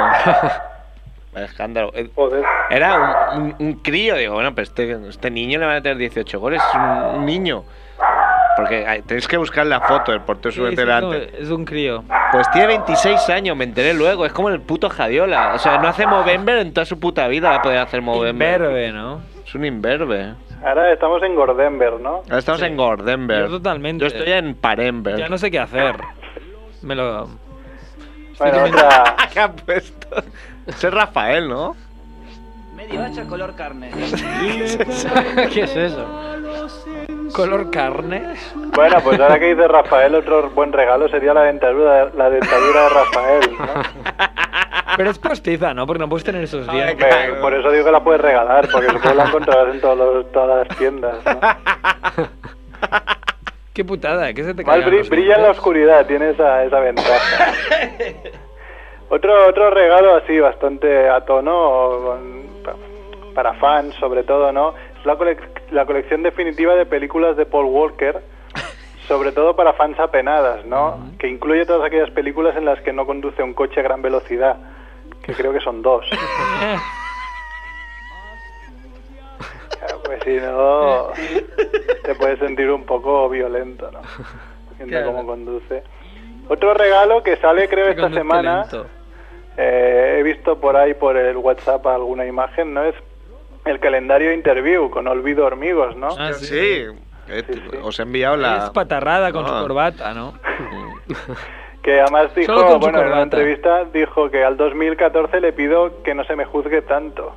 Speaker 1: Escándalo. Eh,
Speaker 12: Joder.
Speaker 1: Era un, un- un crío, digo, bueno, pero este, este niño le van a tener 18 goles, es un niño. Porque hay- tenéis que buscar la foto del portero
Speaker 2: Sí, sí,
Speaker 1: suplente
Speaker 2: no,
Speaker 1: delante.
Speaker 2: es un crío.
Speaker 1: Pues tiene 26 años, me enteré luego, es como el puto Jadiola. O sea, no hace Movember en toda su puta vida va a poder hacer Movember.
Speaker 2: Verbe, ¿no?
Speaker 1: Es un imberbe.
Speaker 12: Ahora estamos en Gordenberg, ¿no?
Speaker 1: Ahora estamos en Gordember.
Speaker 2: Yo totalmente.
Speaker 1: Yo estoy en Parember.
Speaker 2: Ya no sé qué hacer. Me lo.
Speaker 12: Bueno, otra...
Speaker 1: ¿Qué ha puesto? Ese es Rafael, ¿no?
Speaker 3: ¿Qué es eso?
Speaker 2: ¿Color carne?
Speaker 12: Bueno, pues ahora que dice Rafael, otro buen regalo sería la dentadura, la dentadura de Rafael, ¿no?
Speaker 2: Pero es postiza, ¿no? Porque no puedes tener esos dientes.
Speaker 12: Hombre, por eso digo que la puedes regalar, porque supongo que la encontrarás en todos los- todas las tiendas, ¿no?
Speaker 2: Qué putada, ¿eh? que se te
Speaker 12: Mal
Speaker 2: caigan
Speaker 12: bri-
Speaker 2: los
Speaker 12: brilla en la
Speaker 2: dientes.
Speaker 12: oscuridad, tiene esa, esa ventaja. otro, otro regalo así, bastante a tono, o con- pa- para fans sobre todo, ¿no? Es la, colec- la colección definitiva de películas de Paul Walker, sobre todo para fans apenadas, ¿no? Que incluye todas aquellas películas en las que no conduce un coche a gran velocidad, que creo que son dos. Claro, Pues si no, te puedes sentir un poco violento, ¿no? Viendo
Speaker 2: Claro.
Speaker 12: cómo conduce. Otro regalo que sale, creo,
Speaker 2: Que
Speaker 12: esta
Speaker 2: conduzca
Speaker 12: semana.
Speaker 2: lento.
Speaker 12: eh, he visto por ahí, por el WhatsApp, alguna imagen, ¿no? Es el calendario interview con Olvido Hormigos, ¿no?
Speaker 2: Ah, sí.
Speaker 1: Eh,
Speaker 12: Sí, sí.
Speaker 1: Os he enviado la.
Speaker 2: Es patarrada con
Speaker 1: Ah.
Speaker 2: su corbata, ¿no?
Speaker 12: Que además
Speaker 2: Solo con
Speaker 12: dijo,
Speaker 2: su
Speaker 12: bueno, en
Speaker 2: corbata.
Speaker 12: la entrevista dijo que al 2014 le pido que no se me juzgue tanto.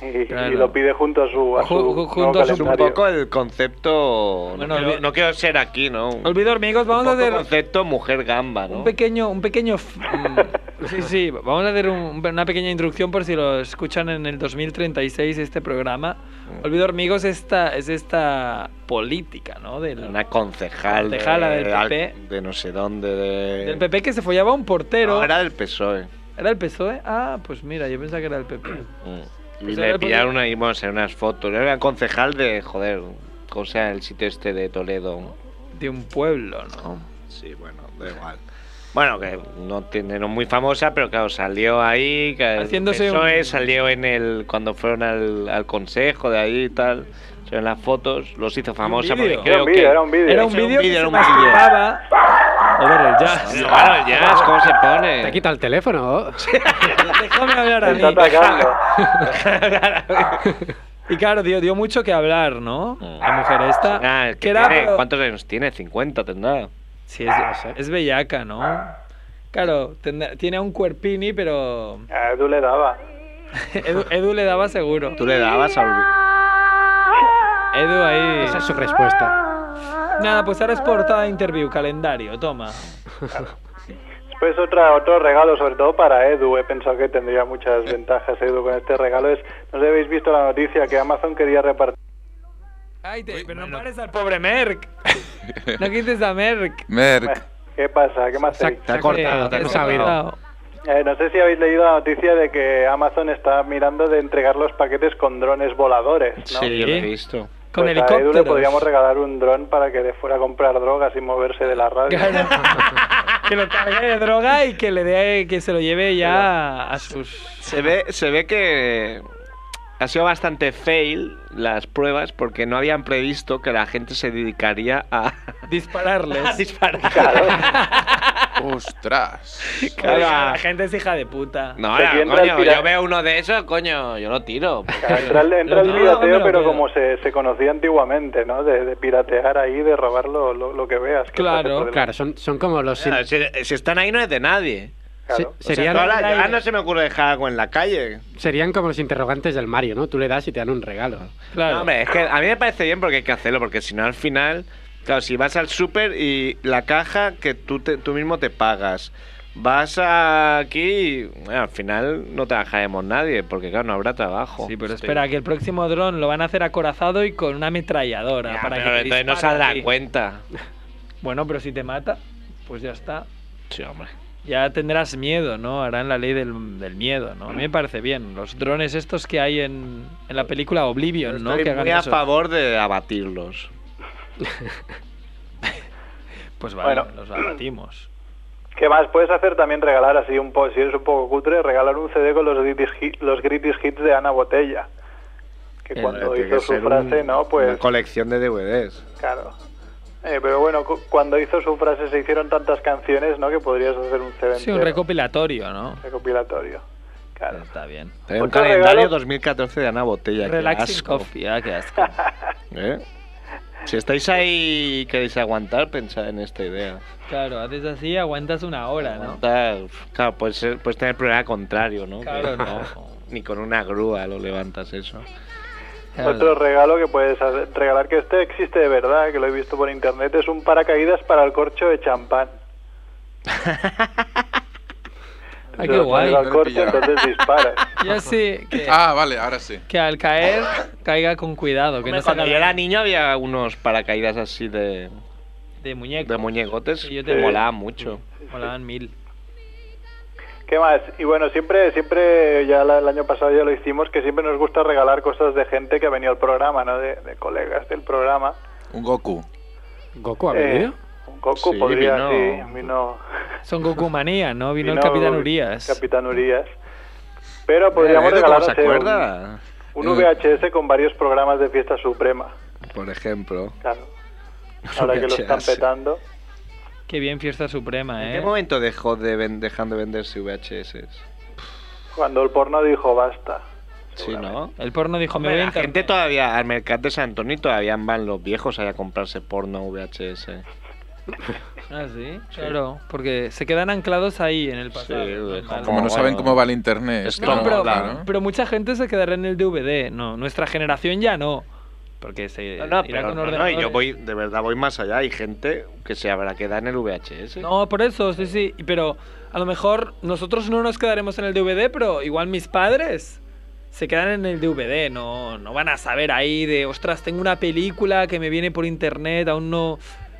Speaker 12: y, y
Speaker 2: Claro.
Speaker 12: lo pide junto a su, a su,
Speaker 2: Ju- ju-
Speaker 12: nuevo
Speaker 2: junto a su-
Speaker 1: Es un
Speaker 12: calendario.
Speaker 1: poco el concepto.
Speaker 2: Bueno,
Speaker 1: no, quiero,
Speaker 2: olvi-
Speaker 1: no quiero ser aquí, ¿no? Un
Speaker 2: Olvido hormigos, vamos
Speaker 1: poco
Speaker 2: a hacer
Speaker 1: concepto mujer gamba, ¿no?
Speaker 2: un pequeño, un pequeño. f- mm, sí, sí, vamos a hacer un- una pequeña introducción por si lo escuchan en el 2036 este programa.
Speaker 1: Mm.
Speaker 2: Olvido hormigos esta, es esta política, ¿no? Del,
Speaker 1: Una concejal. de-
Speaker 2: Concejala del PP.
Speaker 1: al- De no sé dónde. De...
Speaker 2: del PP que se follaba a un portero.
Speaker 1: No, era del PSOE.
Speaker 2: ¿Era el PSOE? Ah, pues mira, yo pensaba que era el PP.
Speaker 1: Mm. Y
Speaker 2: Pues
Speaker 1: le
Speaker 2: era
Speaker 1: pillaron ahí, bueno, en unas fotos. Era concejal de, joder, o sea, el sitio este de Toledo.
Speaker 2: De un pueblo, ¿no?
Speaker 1: ¿no? Sí, bueno, da igual. Bueno, que no tiene, no muy famosa, pero claro, salió ahí. que el
Speaker 2: Haciéndose
Speaker 1: PSOE
Speaker 2: un-
Speaker 1: salió en el. cuando fueron al, al consejo de ahí y tal. En las fotos, los hizo famosa porque
Speaker 2: vídeo.
Speaker 12: Era
Speaker 1: creo
Speaker 12: un
Speaker 1: que.
Speaker 12: vídeo, era un vídeo.
Speaker 2: Era un
Speaker 1: Era un
Speaker 2: vídeo que
Speaker 1: vídeo,
Speaker 2: se
Speaker 1: era un vídeo.
Speaker 2: masturbaba. Joder, el jazz.
Speaker 1: Claro, ya, ¿cómo se pone?
Speaker 3: ¿Te ha quitado el teléfono?
Speaker 2: Déjame hablar a
Speaker 12: Te
Speaker 2: mí.
Speaker 12: está atacando.
Speaker 2: Y claro, dio, dio mucho que hablar, ¿no? La mujer esta.
Speaker 1: Ah,
Speaker 2: que
Speaker 1: que
Speaker 2: era,
Speaker 1: tiene-
Speaker 2: pero-
Speaker 1: ¿Cuántos años tiene? 50 tendrá.
Speaker 2: Sí, es, es bellaca, ¿no? Claro, tendrá- tiene un cuerpini, pero
Speaker 12: Ah, tú le daba.
Speaker 2: Edu, Edu le daba seguro.
Speaker 1: Tú le dabas a...
Speaker 2: Edu ahí.
Speaker 3: Esa es su respuesta.
Speaker 2: Nada, pues ahora es portada de interview, calendario, toma.
Speaker 12: Pues otra, otro regalo, sobre todo para Edu, he pensado que tendría muchas ventajas Edu con este regalo, es, no sé si habéis visto la noticia que Amazon quería repartir...
Speaker 2: Ay, te- pero no pares al pobre Merck. No quites a Merck.
Speaker 4: Merck.
Speaker 12: ¿Qué pasa? ¿Qué más hacéis?
Speaker 2: Está cortado,
Speaker 3: está cortado.
Speaker 12: Eh, no sé si habéis leído la noticia de que Amazon está mirando de entregar los paquetes con drones voladores, ¿no?
Speaker 1: Sí, yo lo he visto.
Speaker 2: Con
Speaker 12: Pues A Edu le
Speaker 2: helicópteros.
Speaker 12: podríamos regalar un dron para que le fuera a comprar drogas y moverse de la radio.
Speaker 2: Claro. que lo cargue de droga y que le dé que se lo lleve ya a sus
Speaker 1: Se ve, se ve que ha sido bastante fail las pruebas porque no habían previsto que la gente se dedicaría a, a
Speaker 2: dispararles.
Speaker 1: disparar.
Speaker 4: ¡Ostras!
Speaker 2: Oiga,
Speaker 1: Claro.
Speaker 2: la gente es hija de puta.
Speaker 1: No,
Speaker 12: Pero
Speaker 1: no,
Speaker 12: si entra el
Speaker 1: coño,
Speaker 12: pira-
Speaker 1: yo veo uno de esos, coño, yo lo tiro.
Speaker 12: Claro, Entra el, entra el
Speaker 2: No, me
Speaker 12: pirateo,
Speaker 2: lo
Speaker 12: pero
Speaker 2: quedo.
Speaker 12: como se, se conocía antiguamente, ¿no? De, de piratear ahí, de robar lo, lo- lo que veas. que
Speaker 2: Claro,
Speaker 12: pase por delante.
Speaker 3: Claro, son, son como los...
Speaker 1: Claro, si, si están ahí no es de nadie.
Speaker 3: se-
Speaker 12: Claro.
Speaker 1: O sea,
Speaker 3: serían,
Speaker 1: no, ahora, ahora Ah, no se me ocurre dejar algo en la calle.
Speaker 3: serían como los interrogantes del Mario, ¿no? Tú le das y te dan un regalo.
Speaker 1: No,
Speaker 2: Claro.
Speaker 1: hombre, es que a mí me parece bien porque hay que hacerlo, porque si no al final, claro, si vas al súper y la caja que tú, te- tú mismo te pagas, vas a aquí y bueno, al final no trabajaremos nadie, porque claro, no habrá trabajo.
Speaker 2: Sí, pero espera, que el próximo dron lo van a hacer acorazado y con una ametralladora.
Speaker 1: Ya,
Speaker 2: para
Speaker 1: pero
Speaker 2: que te
Speaker 1: entonces no
Speaker 2: dispare
Speaker 1: saldrá
Speaker 2: a ti.
Speaker 1: cuenta.
Speaker 2: Bueno, pero si te mata, pues ya está.
Speaker 1: Sí, hombre.
Speaker 2: Ya tendrás miedo, ¿no? Harán la ley del, del miedo, ¿no? A mí me parece bien. Los drones estos que hay en, en la película
Speaker 1: Yo
Speaker 2: Oblivion, ¿no?
Speaker 1: estoy
Speaker 2: Que hagan
Speaker 1: muy a
Speaker 2: eso.
Speaker 1: favor de abatirlos.
Speaker 2: Pues vale,
Speaker 12: Bueno.
Speaker 2: los abatimos.
Speaker 12: ¿Qué más? Puedes hacer también regalar así un poco, si eres un poco cutre, regalar un CD con los greatest, hit- los greatest hits de Ana Botella. Que cuando
Speaker 1: Eh, Tiene
Speaker 12: hizo
Speaker 1: que
Speaker 12: su
Speaker 1: ser un-
Speaker 12: frase, ¿no?
Speaker 1: Una
Speaker 12: Pues,
Speaker 1: colección de DVDs.
Speaker 12: claro. Eh, pero bueno, cu- cuando hizo su frase se hicieron tantas canciones, ¿no? Que podrías hacer un CD
Speaker 2: Sí, un
Speaker 12: entero,
Speaker 2: recopilatorio, ¿no?
Speaker 12: recopilatorio. Claro.
Speaker 2: Está bien.
Speaker 1: Un
Speaker 12: Otro
Speaker 1: calendario
Speaker 12: regalo.
Speaker 1: 2014 de Ana Botella. qué
Speaker 2: Relaxing
Speaker 1: asco.
Speaker 2: Coffee, ah, qué asco.
Speaker 1: ¿Eh? Si estáis ahí y queréis aguantar, pensad en esta idea.
Speaker 2: Claro, haces así y aguantas una hora, ¿no?
Speaker 1: Aguantar, claro, puedes, ser- puedes tener problema contrario, ¿no?
Speaker 2: Claro,
Speaker 1: Que
Speaker 2: no.
Speaker 1: Ni con una grúa lo levantas eso.
Speaker 12: Otro regalo que puedes hacer- regalar, que este existe de verdad, que lo he visto por internet, es un paracaídas para el corcho de champán.
Speaker 2: Ah, Ay,
Speaker 12: Te
Speaker 2: Ah, qué
Speaker 12: lo
Speaker 2: guay.
Speaker 12: pones
Speaker 4: No
Speaker 12: al
Speaker 4: lo he
Speaker 12: corcho,
Speaker 4: pillado.
Speaker 12: entonces disparas.
Speaker 2: Ya sé que,
Speaker 4: Ah, vale, ahora sí.
Speaker 2: que al caer caiga con cuidado, que
Speaker 1: Hombre,
Speaker 2: no
Speaker 1: cuando
Speaker 2: salga
Speaker 1: yo era niño había unos paracaídas así de,
Speaker 2: de muñeco.
Speaker 1: de muñecotes
Speaker 2: Sí, yo
Speaker 1: que
Speaker 2: tenía.
Speaker 1: molaban mucho.
Speaker 2: Molaban mil.
Speaker 12: ¿Qué más? Y bueno, siempre, siempre, ya la- el año pasado ya lo hicimos, que siempre nos gusta regalar cosas de gente que ha venido al programa, ¿no? De, de colegas del programa.
Speaker 4: Un Goku.
Speaker 3: ¿Goku ha
Speaker 12: Eh,
Speaker 3: venido?
Speaker 12: un Goku
Speaker 1: Sí,
Speaker 12: podría,
Speaker 1: vino-
Speaker 12: sí, a mí no.
Speaker 2: Son Goku Manía, ¿no? Vino el Capitán Urias.
Speaker 12: Capitán Urias. Pero
Speaker 4: Mira,
Speaker 12: podríamos
Speaker 4: ¿cómo
Speaker 12: regalar
Speaker 4: se
Speaker 12: no sé, un-
Speaker 1: ¿Recuerda?
Speaker 12: un VHS con varios programas de fiesta suprema.
Speaker 1: Por ejemplo.
Speaker 12: Claro. Ahora que lo están
Speaker 1: VHS.
Speaker 12: petando.
Speaker 2: Qué bien Fiesta Suprema,
Speaker 1: ¿En
Speaker 2: ¿eh?
Speaker 1: qué momento dejó de ven- dejan de venderse VHS?
Speaker 12: Cuando el porno dijo basta.
Speaker 1: Sí, ¿no?
Speaker 2: El porno dijo, me voy a
Speaker 1: La
Speaker 2: internet.
Speaker 1: gente todavía, al mercado de San Antonio todavía van los viejos ahí a comprarse porno VHS.
Speaker 2: Ah, ¿sí? Claro, porque se quedan anclados ahí, en el pasado.
Speaker 1: Sí,
Speaker 2: normal.
Speaker 1: como-
Speaker 4: Como no saben
Speaker 1: bueno.
Speaker 4: cómo va el internet.
Speaker 1: Es
Speaker 4: que
Speaker 2: No,
Speaker 1: como-
Speaker 2: pero,
Speaker 1: claro.
Speaker 4: ¿no?
Speaker 2: pero mucha gente se quedará en el DVD. No, nuestra generación ya no. Porque se
Speaker 1: No, no,
Speaker 2: irá
Speaker 1: pero
Speaker 2: con
Speaker 1: no, no,
Speaker 2: ordenadores.
Speaker 1: Eh, y yo voy, de verdad voy más allá. Hay gente que se habrá quedado en el VHS.
Speaker 2: No, por eso, sí, sí. Y Pero a lo mejor nosotros no nos quedaremos en el DVD, pero igual mis padres se quedan en el DVD. No, no van a saber ahí de, ostras, tengo una película que me viene por internet, aún no...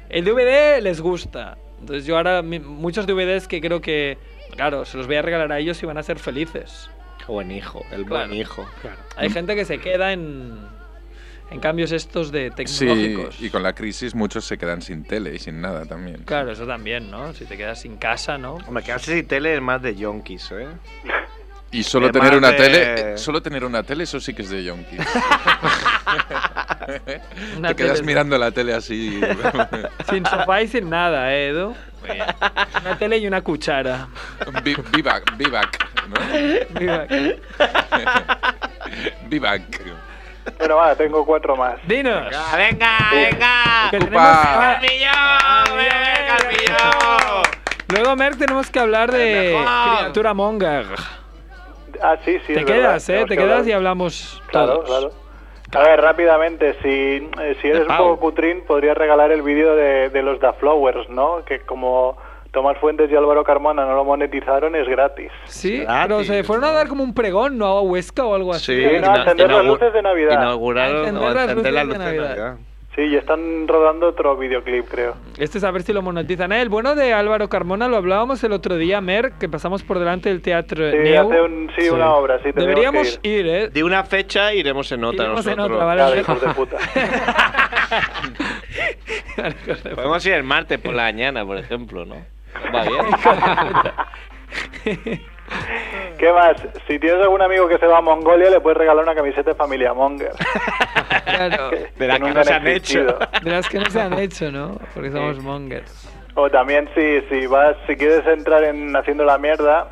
Speaker 2: El DVD les gusta. Entonces yo ahora mi- muchos DVDs que creo que, claro, se los voy a regalar a ellos y van a ser felices.
Speaker 1: Qué buen hijo, el
Speaker 2: Claro.
Speaker 1: buen hijo.
Speaker 3: Claro.
Speaker 2: Hay
Speaker 4: Mm.
Speaker 2: gente que se queda en, en cambios estos de
Speaker 4: Sí,
Speaker 2: tecnológicos.
Speaker 4: y con la crisis muchos se quedan sin tele y sin nada también.
Speaker 2: Claro, eso también, ¿no? Si te quedas sin casa, ¿no?
Speaker 1: Hombre, quedarse sin tele es más de yonkis, ¿eh?
Speaker 4: Y solo
Speaker 1: Además
Speaker 4: tener una
Speaker 1: de-
Speaker 4: tele, eh, solo tener una tele, eso sí que es de yonki.
Speaker 2: Una
Speaker 4: Te quedas
Speaker 2: tele-
Speaker 4: mirando la tele así.
Speaker 2: Sin sofá y sin nada, ¿eh, Edu. Una tele y una cuchara.
Speaker 4: Vi- Vivac, vivac, ¿no?
Speaker 2: Mira.
Speaker 4: Vivac.
Speaker 12: Bueno, va, tengo cuatro más.
Speaker 2: Dinos.
Speaker 1: ¡Venga, venga!
Speaker 2: que tenemos-
Speaker 4: Upa.
Speaker 1: ¡Carmillón! ¡Bebé, Carmillón!
Speaker 2: Luego, Merck, tenemos que hablar de
Speaker 1: mejor.
Speaker 2: criatura monger.
Speaker 12: Ah, sí, sí.
Speaker 2: Te
Speaker 12: es verdad,
Speaker 2: quedas, ¿eh?
Speaker 12: tenemos
Speaker 2: Te
Speaker 12: que
Speaker 2: quedas
Speaker 12: hablar.
Speaker 2: y hablamos
Speaker 12: Claro,
Speaker 2: todos.
Speaker 12: claro. A ver, rápidamente, si, eh, si eres un
Speaker 1: Pau.
Speaker 12: poco cutrín, podrías regalar el vídeo de, de los Da Flowers, ¿no? Que como Tomás Fuentes y Álvaro Carmona no lo monetizaron, es gratis.
Speaker 2: Sí,
Speaker 1: Gratis,
Speaker 2: pero se fueron a dar como un pregón, ¿no? A Huesca o algo así.
Speaker 1: Sí,
Speaker 12: Sí, no,
Speaker 1: ina-
Speaker 12: encender las
Speaker 1: inaugu-
Speaker 12: luces de Navidad.
Speaker 1: Inauguraron
Speaker 2: Encender
Speaker 1: o
Speaker 2: las
Speaker 1: encender
Speaker 2: luces
Speaker 1: las
Speaker 2: de
Speaker 1: luces de
Speaker 2: Navidad.
Speaker 1: Navidad.
Speaker 12: Sí, y están rodando otro videoclip, creo.
Speaker 2: Este es a ver si lo monetizan. Eh, El bueno de Álvaro Carmona lo hablábamos el otro día, Mer, que pasamos por delante del teatro
Speaker 12: Sí,
Speaker 2: Neu.
Speaker 12: hace un- sí,
Speaker 13: Sí.
Speaker 12: una obra, sí. tenemos
Speaker 2: Deberíamos
Speaker 12: que
Speaker 2: ir,
Speaker 12: ir.
Speaker 2: ¿eh?
Speaker 1: De una fecha e iremos en otra
Speaker 2: Iremos en
Speaker 1: nosotros.
Speaker 2: otra, ¿vale?
Speaker 12: Claro, hijos de puta.
Speaker 1: Podemos ir el martes por la mañana, por ejemplo, ¿no? Va bien.
Speaker 12: ¿Qué más? Si tienes algún amigo que se va a Mongolia, le puedes regalar una camiseta de familia Monger.
Speaker 2: Claro,
Speaker 1: De la que
Speaker 12: Que nunca
Speaker 1: nos
Speaker 12: han
Speaker 1: han hecho.
Speaker 12: existido.
Speaker 2: de las que no se han hecho, ¿no? Porque somos mongers.
Speaker 12: O también si, si vas, si quieres entrar en haciendo la mierda,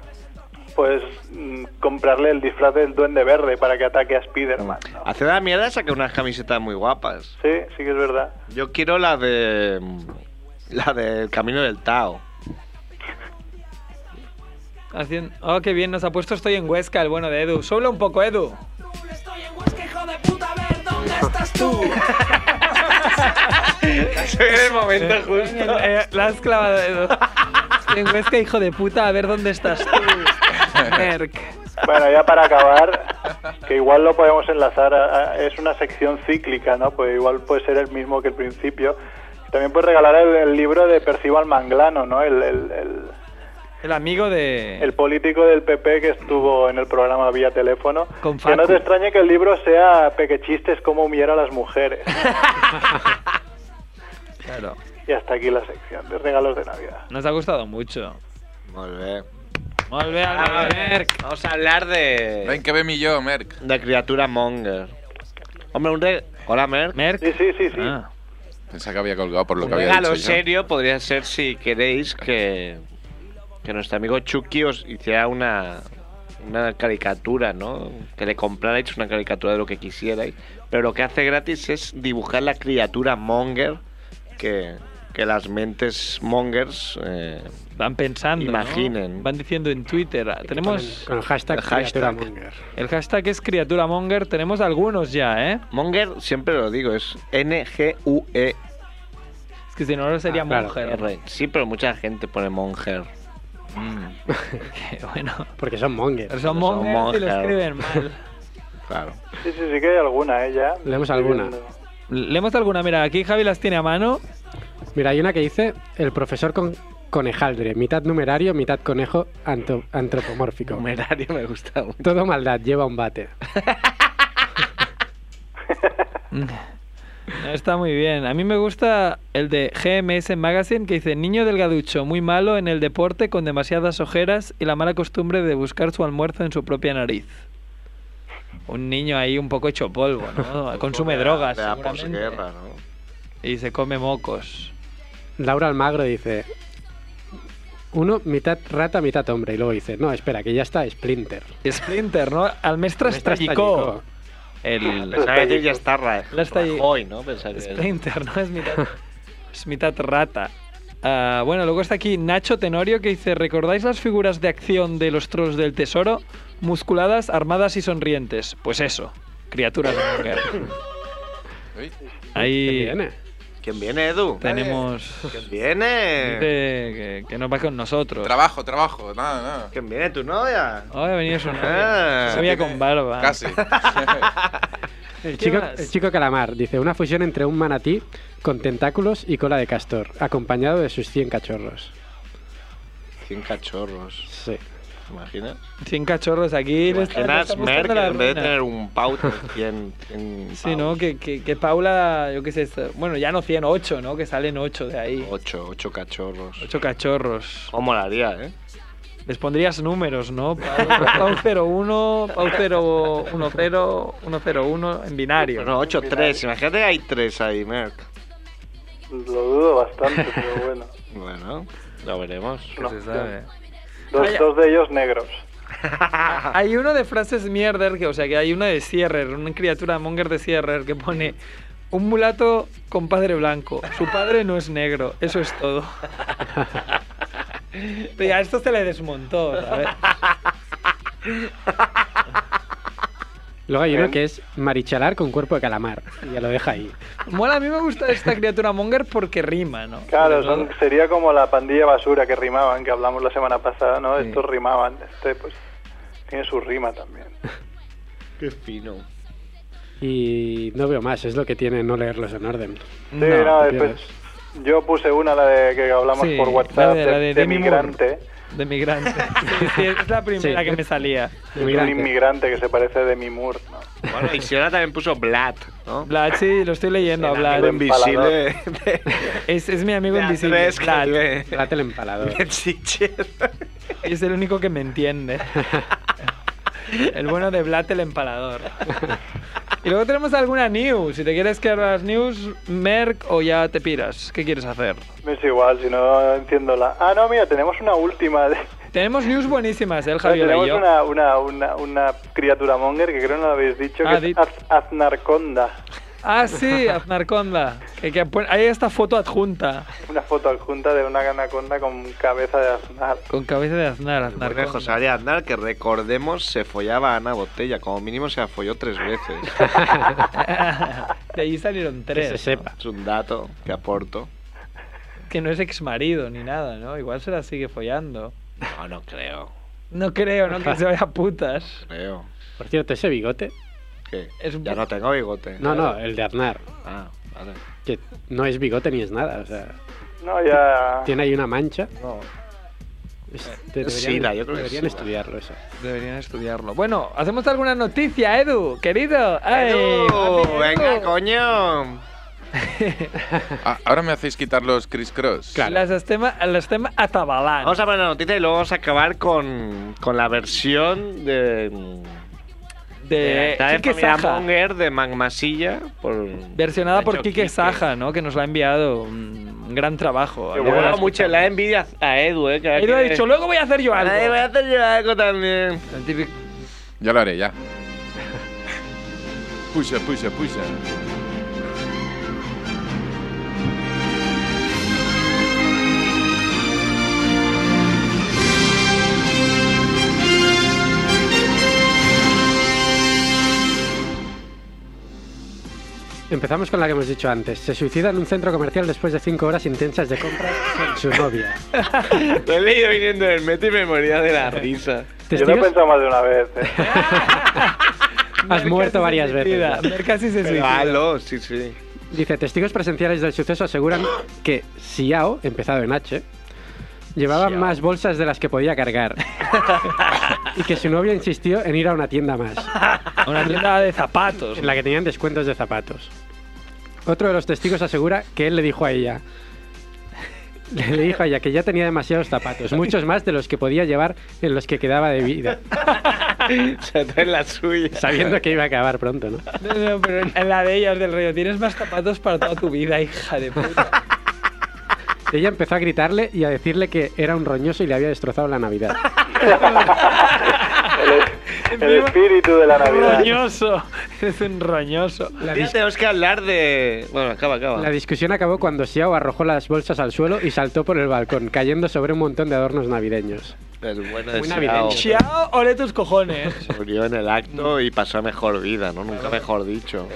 Speaker 12: pues mm, comprarle el disfraz del duende verde para que ataque a Spiderman. ¿no?
Speaker 1: Hace la mierda saqué unas camisetas muy guapas.
Speaker 12: Sí, sí que es verdad.
Speaker 1: Yo quiero la de. La del camino del Tao.
Speaker 2: Haciendo... Oh, qué bien nos ha puesto Estoy en Huesca, el bueno de Edu. Solo un poco, Edu.
Speaker 5: Estoy en Huesca, hijo de puta, a ver dónde estás tú.
Speaker 1: el momento
Speaker 2: Eh, la has clavado, Edu. Estoy en Huesca, hijo de puta, a ver dónde estás tú. Merck.
Speaker 12: Bueno, ya para acabar, que igual lo podemos enlazar, a- a- es una sección cíclica, ¿no? Pues igual puede ser el mismo que el principio. También puedes regalar el, el libro de Percival Manglano, ¿no? El, el- el-
Speaker 2: El amigo de...
Speaker 12: el político del PP que estuvo en el programa vía teléfono.
Speaker 2: Con
Speaker 12: que no
Speaker 2: Facu.
Speaker 12: te extrañe que el libro sea Pequechistes, cómo humillar a las mujeres.
Speaker 2: Claro.
Speaker 12: Y hasta aquí la sección de regalos de Navidad.
Speaker 2: Nos ha gustado mucho.
Speaker 1: Muy bien.
Speaker 2: Molt bé,
Speaker 1: Ah,
Speaker 2: Albert Merck.
Speaker 1: Vamos a hablar
Speaker 4: Ven
Speaker 1: de.
Speaker 4: que ve mi yo, Merck.
Speaker 1: De criatura Monger. Hombre, un re... Hola, Merck.
Speaker 2: Merck.
Speaker 12: Sí, sí, sí, sí.
Speaker 2: Ah.
Speaker 4: Pensaba que había colgado por lo
Speaker 1: Un
Speaker 4: que había
Speaker 1: regalo
Speaker 4: dicho. yo.
Speaker 1: serio podría ser si queréis que, que nuestro amigo Chucky os hiciera una, una caricatura, ¿no? Que le comprarais una caricatura de lo que quisierais. Pero lo que hace gratis es dibujar la criatura monger que, que las mentes mongers... eh,
Speaker 2: Van pensando, ¿no?
Speaker 1: Imaginen.
Speaker 2: Van diciendo en Twitter. Tenemos...
Speaker 3: Con el hashtag,
Speaker 1: El hashtag.
Speaker 3: criatura monger.
Speaker 2: El hashtag es criatura monger. Tenemos algunos ya, ¿eh?
Speaker 1: monger, siempre lo digo, es N-G-U-E-R.
Speaker 2: Es que si no, no sería
Speaker 3: Ah, claro.
Speaker 2: monger.
Speaker 1: E Sí, pero mucha gente pone monger.
Speaker 2: Mm. Qué bueno.
Speaker 3: Porque son monger.
Speaker 2: Pero son mongers y lo
Speaker 1: mongers.
Speaker 2: escriben mal.
Speaker 1: Claro.
Speaker 12: Sí, sí, sí que hay alguna, ¿eh? Ya.
Speaker 3: Leemos
Speaker 12: Estoy
Speaker 3: alguna.
Speaker 12: viendo.
Speaker 2: Leemos alguna. Mira, aquí Javi las tiene a mano.
Speaker 3: Mira, hay una que dice el profesor con conejaldre, mitad numerario, mitad conejo anto- antropomórfico.
Speaker 1: Numerario me gusta mucho.
Speaker 3: Todo maldad lleva un bate.
Speaker 2: Está muy bien. A mí me gusta el de GMS Magazine que dice Niño delgaducho, muy malo en el deporte con demasiadas ojeras y la mala costumbre de buscar su almuerzo en su propia nariz. Un niño ahí un poco hecho polvo, ¿no? Consume drogas.
Speaker 1: De la
Speaker 2: seguramente.
Speaker 1: posguerra, ¿no?
Speaker 2: Y se come mocos.
Speaker 3: Laura Almagro dice uno mitad rata, mitad hombre. Y luego dice, no, espera, que ya está Splinter.
Speaker 2: Splinter, ¿no? Al mestre
Speaker 3: Mestre
Speaker 2: estrellicó.
Speaker 3: Estrellicó.
Speaker 2: El
Speaker 1: Pensaba que decir ya está Ra-
Speaker 2: Ya está ahí.
Speaker 1: Rajoy, ¿no? Pensaba que-
Speaker 2: Splinter, ¿no? Es mitad, es mitad rata. Ah, bueno, luego está aquí Nacho Tenorio que dice: ¿Recordáis las figuras de acción de los trolls del tesoro? Musculadas, armadas y sonrientes. Pues eso, criaturas de mujer.
Speaker 4: Uy,
Speaker 2: Ahí
Speaker 3: Viene.
Speaker 1: ¿Quién viene, Edu?
Speaker 2: tenemos.
Speaker 1: ¿Quién viene?
Speaker 2: gente que, que no va con nosotros.
Speaker 4: Trabajo, trabajo, nada, nada.
Speaker 1: ¿Quién viene? ¿Tu novia?
Speaker 2: Oh, ha venido su
Speaker 1: Ah,
Speaker 2: novia. Se veía con barba.
Speaker 4: Casi.
Speaker 2: ¿Qué
Speaker 3: El chico,
Speaker 2: más?
Speaker 3: el chico calamar dice una fusión entre un manatí con tentáculos y cola de castor, acompañado de sus 100 cachorros.
Speaker 1: 100 cachorros,
Speaker 3: Sí.
Speaker 1: ¿te imaginas?
Speaker 2: Cien cachorros aquí.
Speaker 1: ¿Te
Speaker 2: le está- le
Speaker 1: imaginas
Speaker 2: está
Speaker 1: Merck
Speaker 2: mostrando la
Speaker 1: en vez de
Speaker 2: ruina.
Speaker 1: tener un pau, tiene 100, 100
Speaker 2: Sí, ¿no? Que, que, que Paula, yo qué sé, está- bueno, ya no 100, 8, ¿no? Que salen 8 de ahí.
Speaker 1: 8, 8 cachorros.
Speaker 2: 8 cachorros.
Speaker 1: ¿Cómo molaría, eh?
Speaker 2: Les pondrías números, ¿no? Pau, Pau 01, Pau 0, 10, 101 en binario.
Speaker 1: Bueno, 8, 3. Imagínate que hay 3 ahí, Merck.
Speaker 12: Lo dudo bastante, pero bueno.
Speaker 1: Bueno, lo veremos.
Speaker 2: Que se sabe.
Speaker 12: Dos,
Speaker 2: Vaya.
Speaker 12: dos de ellos negros.
Speaker 2: Hay uno de frases mierder, que, o sea, que hay uno de Sierrer, una criatura monger de Sierrer que pone un mulato con padre blanco. Su padre no es negro, eso es todo. Pero a esto se le desmontó, ¿sabes?
Speaker 3: Luego hay uno que es marichalar con cuerpo de calamar. Y ya lo deja ahí.
Speaker 2: Mola, a mí me gusta esta criatura monger porque rima, ¿no?
Speaker 12: Claro,
Speaker 2: Sobre
Speaker 12: son-
Speaker 2: todo.
Speaker 12: sería como la pandilla basura que rimaban, que hablamos la semana pasada, ¿no? Estos rimaban. Este, pues, tiene su rima también.
Speaker 1: Qué fino.
Speaker 3: Y no veo más, es lo que tiene no leerlos en orden.
Speaker 12: Sí,
Speaker 3: No,
Speaker 12: no,
Speaker 3: te
Speaker 12: después
Speaker 3: pierdes.
Speaker 12: yo puse una, la de que hablamos
Speaker 2: Sí,
Speaker 12: por
Speaker 2: la
Speaker 12: WhatsApp,
Speaker 2: de-
Speaker 12: de,
Speaker 2: la de
Speaker 12: de
Speaker 2: Demi Moore.
Speaker 12: migrante.
Speaker 2: De migrante. Sí, sí, es la primera
Speaker 3: Sí.
Speaker 2: que me salía.
Speaker 12: Un
Speaker 3: Inmigrante.
Speaker 12: inmigrante que se parece a Demi Moore, ¿no?
Speaker 1: Bueno, y Siona también puso Vlad, ¿no?
Speaker 2: Vlad, sí, lo estoy leyendo hablar.
Speaker 1: Amigo invisible de,
Speaker 2: Es, es mi amigo
Speaker 1: de
Speaker 2: invisible.
Speaker 1: Andrés que
Speaker 2: Vlad.
Speaker 1: vive
Speaker 3: Plata el empalador.
Speaker 1: en Sitges.
Speaker 2: Es el único que me entiende. El bueno de Vlad el empalador. Y luego tenemos alguna news. Si te quieres quedar las news, Merck o ya te piras. ¿Qué quieres hacer?
Speaker 12: Me Es igual, si no entiendo la... Ah, no, mira, tenemos una última. de-
Speaker 2: Tenemos news buenísimas, ¿eh? el Javier y
Speaker 12: tenemos
Speaker 2: yo.
Speaker 12: una, una, una, una criatura monger que creo que no lo habéis dicho,
Speaker 2: Ah,
Speaker 12: que
Speaker 2: di-
Speaker 12: es Az- Aznarconda.
Speaker 2: Ah, sí, Aznarconda. Que, que pon- hay esta foto adjunta
Speaker 12: Una foto adjunta de una anaconda con cabeza de Aznar.
Speaker 2: con cabeza de Aznar.
Speaker 1: Porque
Speaker 2: Aznarconda.
Speaker 1: José María Aznar, que recordemos, se follaba a Ana Botella. Como mínimo se la folló tres veces.
Speaker 2: De allí salieron
Speaker 3: Que se
Speaker 2: tres. ¿no?
Speaker 3: sepa.
Speaker 1: es un dato que aporto.
Speaker 2: Que no es ex marido ni nada, ¿no? Igual se la sigue follando.
Speaker 1: No, no creo.
Speaker 2: No creo, ¿no? Que se vaya a putas.
Speaker 1: Creo.
Speaker 3: Por cierto, ese bigote.
Speaker 1: ¿Qué?
Speaker 2: Es un
Speaker 1: Ya
Speaker 2: po-
Speaker 1: no tengo bigote.
Speaker 3: No, no, el de Aznar.
Speaker 1: Ah, vale.
Speaker 3: Que no es bigote ni es nada. O sea,
Speaker 12: No, ya...
Speaker 3: tiene ahí una mancha.
Speaker 1: No.
Speaker 3: Es- te deberían-
Speaker 1: sida, yo creo que es
Speaker 3: Deberían
Speaker 1: sida.
Speaker 3: estudiarlo eso.
Speaker 2: Deberían estudiarlo. Bueno, hacemos alguna noticia, Edu, querido. ¡Ay,
Speaker 1: ¡Edu!
Speaker 2: papi,
Speaker 1: ¡Venga,
Speaker 2: Edu!
Speaker 1: coño!
Speaker 4: Ah, Ahora me hacéis quitar los criss-cross.
Speaker 3: Claro.
Speaker 2: Las estem las estem atabalant.
Speaker 1: Vamos a poner la noticia y luego vamos a acabar con, con la versión de.
Speaker 2: de
Speaker 1: la
Speaker 2: Quique
Speaker 1: familia
Speaker 2: Saja.
Speaker 1: Monger de Magmasilla. Por,
Speaker 2: Versionada
Speaker 1: ha
Speaker 2: por
Speaker 1: hecho
Speaker 2: Quique Saja, ¿no? Que nos la ha enviado. Un un gran trabajo. Ahora
Speaker 1: Le huele
Speaker 2: la
Speaker 1: mucho
Speaker 2: escuchamos.
Speaker 1: la envidia a Edu, ¿eh? que-
Speaker 2: Edu ha dicho, luego voy a hacer yo
Speaker 1: Ay, voy a
Speaker 2: algo.
Speaker 1: hacer yo algo también.
Speaker 2: El típico-
Speaker 4: Yo lo haré ya. Puxa, puxa, puxa.
Speaker 3: Empezamos con la que hemos dicho antes. Se suicida en un centro comercial después de cinco horas intensas de compras con su novia.
Speaker 1: Lo he leído viniendo del metro y me moría de la risa.
Speaker 12: Yo lo he
Speaker 3: Testigos,
Speaker 12: pensado más de una vez, ¿eh?
Speaker 3: has
Speaker 2: Merck casi
Speaker 3: muerto
Speaker 2: se
Speaker 3: varias veces.
Speaker 2: suicida.
Speaker 3: ya.
Speaker 2: Merck casi se
Speaker 1: Pero
Speaker 2: suicida.
Speaker 1: aló, Ah, sí, sí.
Speaker 3: Dice, testigos presenciales del suceso aseguran que Xiao, empezado en H, llevaba más bolsas de las que podía cargar. y que su novia insistió en ir a una tienda más,
Speaker 2: A Una tienda de zapatos.
Speaker 3: en la que tenían descuentos de zapatos. Otro de los testigos asegura que él le dijo a ella. Le dijo a ella que ya tenía demasiados zapatos, muchos más de los que podía llevar en los que quedaba de vida,
Speaker 1: Se trae la suya.
Speaker 3: sabiendo que iba a acabar pronto, ¿no?
Speaker 2: No, no, pero en la de ellas del rollo. Tienes más zapatos para toda tu vida, hija de puta.
Speaker 3: Ella empezó a gritarle y a decirle que era un roñoso y le había destrozado la Navidad.
Speaker 12: El, el espíritu de la Navidad.
Speaker 2: roñoso. Eres un roñoso.
Speaker 3: La
Speaker 1: Ya tenemos que hablar de. Bueno, acaba, acaba.
Speaker 3: La discusión acabó cuando Xiao arrojó las bolsas al suelo y saltó por el balcón, cayendo sobre un montón de adornos navideños.
Speaker 1: El bueno de
Speaker 3: Muy
Speaker 1: Xiao.
Speaker 3: navideño.
Speaker 2: Chiao, ole tus cojones.
Speaker 1: Murió en el acto y pasó a mejor vida, ¿no? Nunca mejor dicho.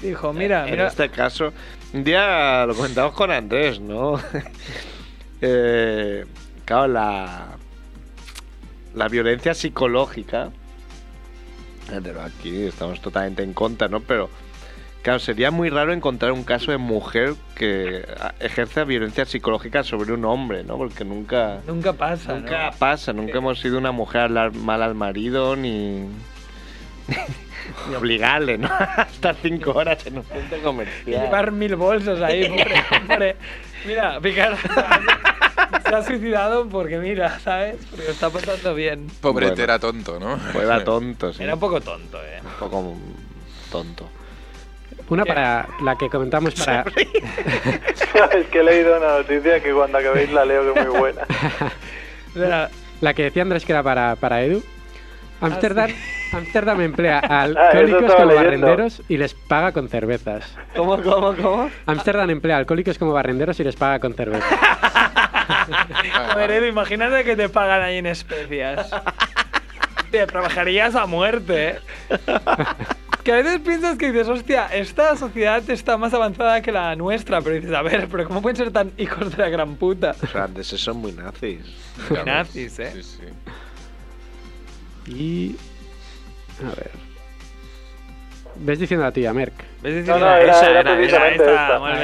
Speaker 2: Dijo, mira,
Speaker 1: En
Speaker 2: mira.
Speaker 1: este caso, un día lo comentamos con Andrés, ¿no? Eh, claro, la, la violencia psicológica, eh, pero aquí estamos totalmente en contra, ¿no? Pero, claro, sería muy raro encontrar un caso de mujer que a- ejerza violencia psicológica sobre un hombre, ¿no? Porque nunca...
Speaker 2: Nunca pasa,
Speaker 1: Nunca
Speaker 2: ¿no?
Speaker 1: pasa, nunca hemos sido una mujer a hablar mal al marido ni, ni obligarle, ¿no? Hasta cinco horas en un centro comercial.
Speaker 2: Llevar mil bolsas ahí, pobre, pobre. Mira, Picar se ha suicidado porque mira, ¿sabes? Porque lo está pasando bien.
Speaker 4: Pobre
Speaker 1: Bueno.
Speaker 4: era tonto, ¿no?
Speaker 1: Fuera Pues tonto, sí.
Speaker 2: Era un poco tonto, eh.
Speaker 1: un poco tonto.
Speaker 3: Una para la que comentamos para,
Speaker 12: es que he leído una noticia que cuando acabéis la leo que es muy buena.
Speaker 2: Era-
Speaker 3: la que decía Andrés que era para, para Edu. Amsterdam, Amsterdam emplea a
Speaker 12: eso
Speaker 3: alcohólicos
Speaker 12: estaba
Speaker 3: como
Speaker 12: leyendo.
Speaker 3: barrenderos y les paga con cervezas.
Speaker 1: ¿Cómo, cómo, cómo?
Speaker 3: Amsterdam emplea a alcohólicos como barrenderos y les paga con cervezas.
Speaker 2: Joder, Edu, imagínate que te pagan ahí en especias. Te trabajarías a muerte, ¿eh? Que a veces piensas que dices, hostia, esta sociedad está más avanzada que la nuestra, pero dices, a ver, pero ¿cómo pueden ser tan hijos de la gran puta?
Speaker 1: Los franceses son muy nazis.
Speaker 2: Muy nazis, eh.
Speaker 4: Sí, sí.
Speaker 3: Y. A ver. ¿Ves diciendo la tuya, Merck?
Speaker 2: ¿Ves
Speaker 12: No, no, era- era precisamente esta.
Speaker 2: muy
Speaker 12: Ah,
Speaker 2: bien,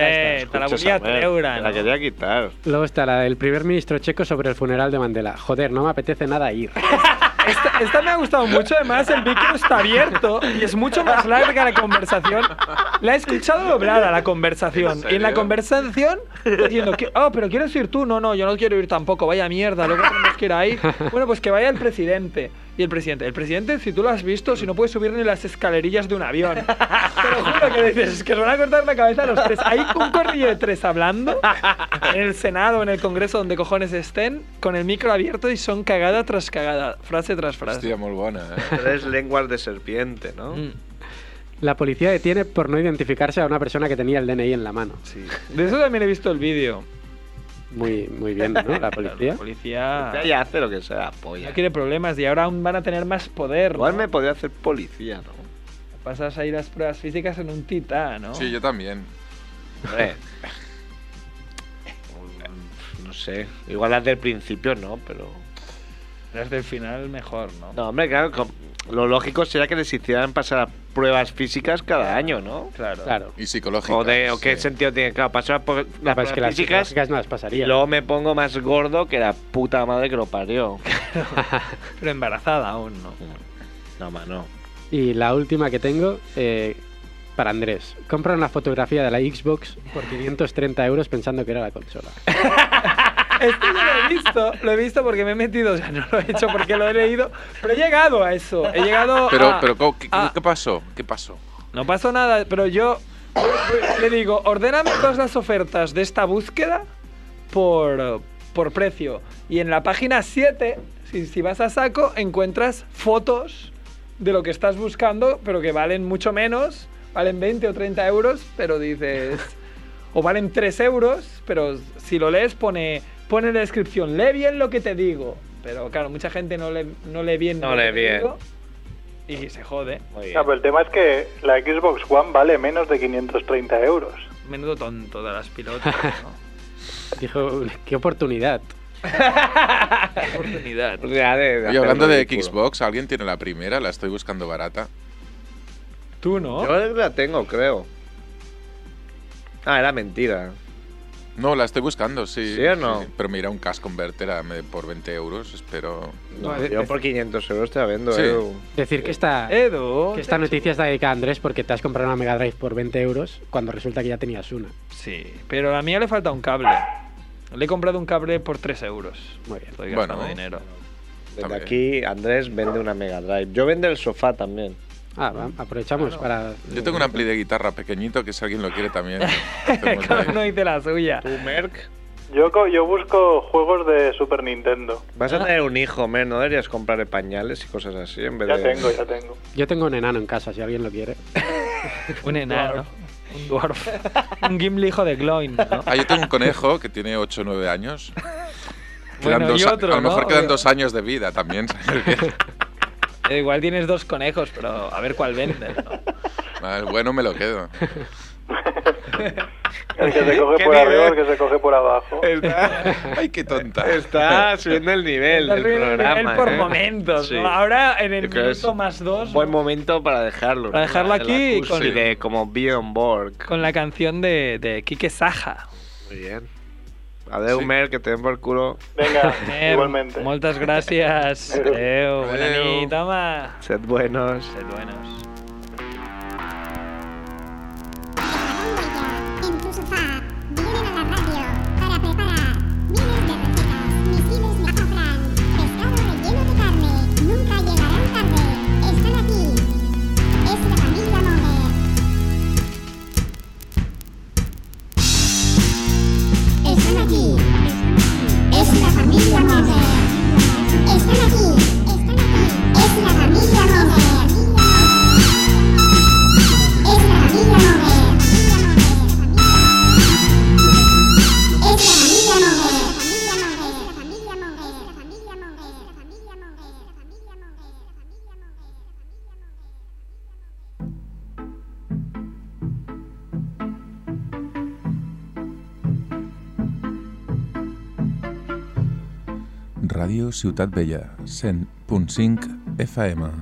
Speaker 2: te la
Speaker 1: Escuchas,
Speaker 2: volví a
Speaker 1: Samuel,
Speaker 2: treura,
Speaker 1: te
Speaker 2: ¿no?
Speaker 1: La quería quitar.
Speaker 3: Luego está la del primer ministro checo sobre el funeral de Mandela. Joder, no me apetece nada ir.
Speaker 2: Esta, esta me ha gustado mucho, además el micro está abierto y es mucho más larga la conversación. La he escuchado doblada la conversación.
Speaker 4: ¿En
Speaker 2: Y en la
Speaker 4: serio?
Speaker 2: conversación diciendo, que, oh, pero ¿quieres ir tú? No, no, yo no quiero ir tampoco, vaya mierda, luego tenemos que ir ahí. Bueno, pues que vaya el presidente. Y el presidente, el presidente, si tú lo has visto, si no puedes subir ni las escalerillas de un avión. Te lo juro que dices, es que se van a cortar la cabeza a los tres. Hay un corrillo de tres hablando en el Senado, en el Congreso, donde cojones estén, con el micro abierto y son cagada tras cagada, frase tras frase.
Speaker 4: Hostia, muy buena, eh.
Speaker 1: Tres lenguas de serpiente, ¿no?
Speaker 2: Mm.
Speaker 3: La policía detiene por no identificarse a una persona que tenía el DNI en la mano.
Speaker 1: Sí.
Speaker 2: De eso también he visto el vídeo.
Speaker 3: Muy, muy bien, ¿no? La
Speaker 2: La
Speaker 3: policía.
Speaker 2: policía
Speaker 1: Ya, Ya hace lo que sea, polla.
Speaker 2: no quiere problemas y ahora aún van a tener más poder.
Speaker 1: Igual
Speaker 2: ¿no?
Speaker 1: me podría hacer policía, ¿no?
Speaker 2: Pasas ahí las pruebas físicas en un titán, ¿no?
Speaker 4: Sí, yo también.
Speaker 1: Hombre. Mm, no sé. Igual las del principio no, pero.
Speaker 2: Las del final mejor, ¿no?
Speaker 1: No, hombre, claro. com- Lo lógico sería que les hicieran pasar pruebas físicas cada año, ¿no?
Speaker 2: Claro.
Speaker 3: Claro.
Speaker 4: Y psicológica.
Speaker 1: O, de, o qué
Speaker 4: sí.
Speaker 1: sentido tiene, claro, pasar por las
Speaker 3: Capaz
Speaker 1: pruebas
Speaker 3: que las
Speaker 1: físicas
Speaker 3: psicológicas no las
Speaker 1: y
Speaker 3: pasaría.
Speaker 1: luego me pongo más gordo que la puta madre que lo parió.
Speaker 2: Pero embarazada aún, ¿no?
Speaker 1: No, ma, no.
Speaker 3: Y la última que tengo, eh, para Andrés. Compra una fotografía de la Xbox por 530 euros pensando que era la consola.
Speaker 2: Esto yo lo he visto, lo he visto porque me he metido, o sea, no lo he hecho porque lo he leído, pero he lado a eso, he llegado
Speaker 4: Pero,
Speaker 2: a...
Speaker 4: pero ¿cómo- ¿qué,
Speaker 2: ah.
Speaker 4: qué pasó? ¿Qué pasó?
Speaker 2: No pasó nada, pero yo le digo, ordéname todas las ofertas de esta búsqueda por, por precio. Y en la página 7, si, si vas a saco, encuentras fotos de lo que estás buscando, pero que valen mucho menos, valen 20 o 30 euros, pero dices... O valen 3 euros, pero si lo lees pone, pone en la descripción, lee bien lo que te digo. Pero claro, mucha gente no lee, no lee bien
Speaker 1: No
Speaker 2: lo que
Speaker 1: lee
Speaker 2: te
Speaker 1: bien.
Speaker 2: digo Y se jode.
Speaker 1: Muy bien.
Speaker 12: No, pero el tema es que la Xbox One vale menos de 530 euros.
Speaker 2: Menudo tonto de las pilotas, ¿no?
Speaker 3: Dijo, qué oportunidad.
Speaker 2: oportunidad.
Speaker 1: O sea, de- de
Speaker 4: Oye, hablando
Speaker 1: hacer
Speaker 4: de
Speaker 1: ridículo.
Speaker 4: Xbox, ¿alguien tiene la primera? La estoy buscando barata.
Speaker 2: Tú no.
Speaker 1: Yo la tengo, creo. Ah, era mentira.
Speaker 4: No, la estoy buscando, sí.
Speaker 1: ¿Sí o no?
Speaker 4: Pero mira, un Cash Converter a- me- por 20 euros, espero.
Speaker 1: No,
Speaker 3: Vale.
Speaker 1: yo por 500 euros te la vendo, eh.
Speaker 4: Sí.
Speaker 1: Edu.
Speaker 3: Decir que esta,
Speaker 2: Eh, Edu.
Speaker 3: que esta noticia está dedicada a Andrés porque te has comprado una Mega Drive por 20 euros cuando resulta que ya tenías una.
Speaker 2: Sí, pero a la mía le falta un cable. Le he comprado un cable por 3 euros.
Speaker 3: Muy bien.
Speaker 2: Estoy gastando
Speaker 4: Bueno.
Speaker 2: dinero.
Speaker 1: Desde
Speaker 4: También.
Speaker 1: aquí Andrés vende una Mega Drive. Yo vendo el sofá también.
Speaker 3: Ah, va, aprovechamos para...
Speaker 4: Yo tengo un ampli de guitarra pequeñito que si alguien lo quiere también. hacemos
Speaker 2: Cada
Speaker 4: ahí.
Speaker 2: uno dice la suya.
Speaker 1: ¿Tú, Merck?
Speaker 12: Yo, co- yo busco juegos de Super Nintendo.
Speaker 1: Vas
Speaker 2: Ah.
Speaker 1: a tener un hijo, Merck. No deberías comprarle pañales y cosas así en vez
Speaker 12: Ya
Speaker 1: de...
Speaker 12: tengo, ya tengo.
Speaker 3: Yo tengo un enano en casa, si alguien lo quiere.
Speaker 2: Un enano. Un dwarf. un gimli hijo de Gloin, ¿no?
Speaker 4: Ah, yo tengo un conejo que tiene 8 o 9 años. Quedan
Speaker 2: Bueno,
Speaker 4: dos
Speaker 2: y
Speaker 4: a-
Speaker 2: otro,
Speaker 4: a lo mejor
Speaker 2: ¿no?
Speaker 4: quedan dos años de vida también. ¿sabes qué?
Speaker 2: Eh, Igual tienes dos conejos, pero a ver cuál vendes, ¿no?
Speaker 4: Ah, El bueno me lo quedo.
Speaker 12: El que se coge
Speaker 1: ¿Qué
Speaker 12: por arriba, el
Speaker 1: nivel?
Speaker 12: que se coge por abajo.
Speaker 1: Está,
Speaker 4: Ay, qué tonta.
Speaker 1: está subiendo el nivel
Speaker 2: Estás
Speaker 1: del
Speaker 2: viendo el
Speaker 1: programa.
Speaker 2: nivel por
Speaker 1: ¿eh?
Speaker 2: momentos,
Speaker 1: Sí.
Speaker 2: ¿no? Ahora en el
Speaker 1: Yo creo que es
Speaker 2: minuto más dos.
Speaker 1: Buen
Speaker 2: ¿no?
Speaker 1: momento para dejarlo.
Speaker 2: Para
Speaker 1: ¿no?
Speaker 4: Ah,
Speaker 2: dejarlo
Speaker 1: El
Speaker 2: aquí
Speaker 1: acuse
Speaker 4: con-
Speaker 1: de como Beyond Borg.
Speaker 2: Con la canción de, de Kike Saja.
Speaker 1: Muy bien. Adeu,
Speaker 4: Sí.
Speaker 1: Merck, que te den por culo.
Speaker 12: Venga,
Speaker 2: Em,
Speaker 12: igualmente.
Speaker 2: Moltes gràcies. Adéu, bona
Speaker 4: Adéu.
Speaker 2: nit, home.
Speaker 1: Sed buenos.
Speaker 2: Sed buenos.
Speaker 5: Carambola, en tu sofá, vienen a la radio para preparar miles de recetas, misiles de azafrán, pescado relleno de carne, nunca llegarán tarde, están aquí, es la familia Monger. Están aquí, es la familia Monger. Están aquí, están aquí, es la familia Monger. Es la familia Monger. Es la familia Monger.
Speaker 4: Ràdio Ciutat Vella, 100.5 FM.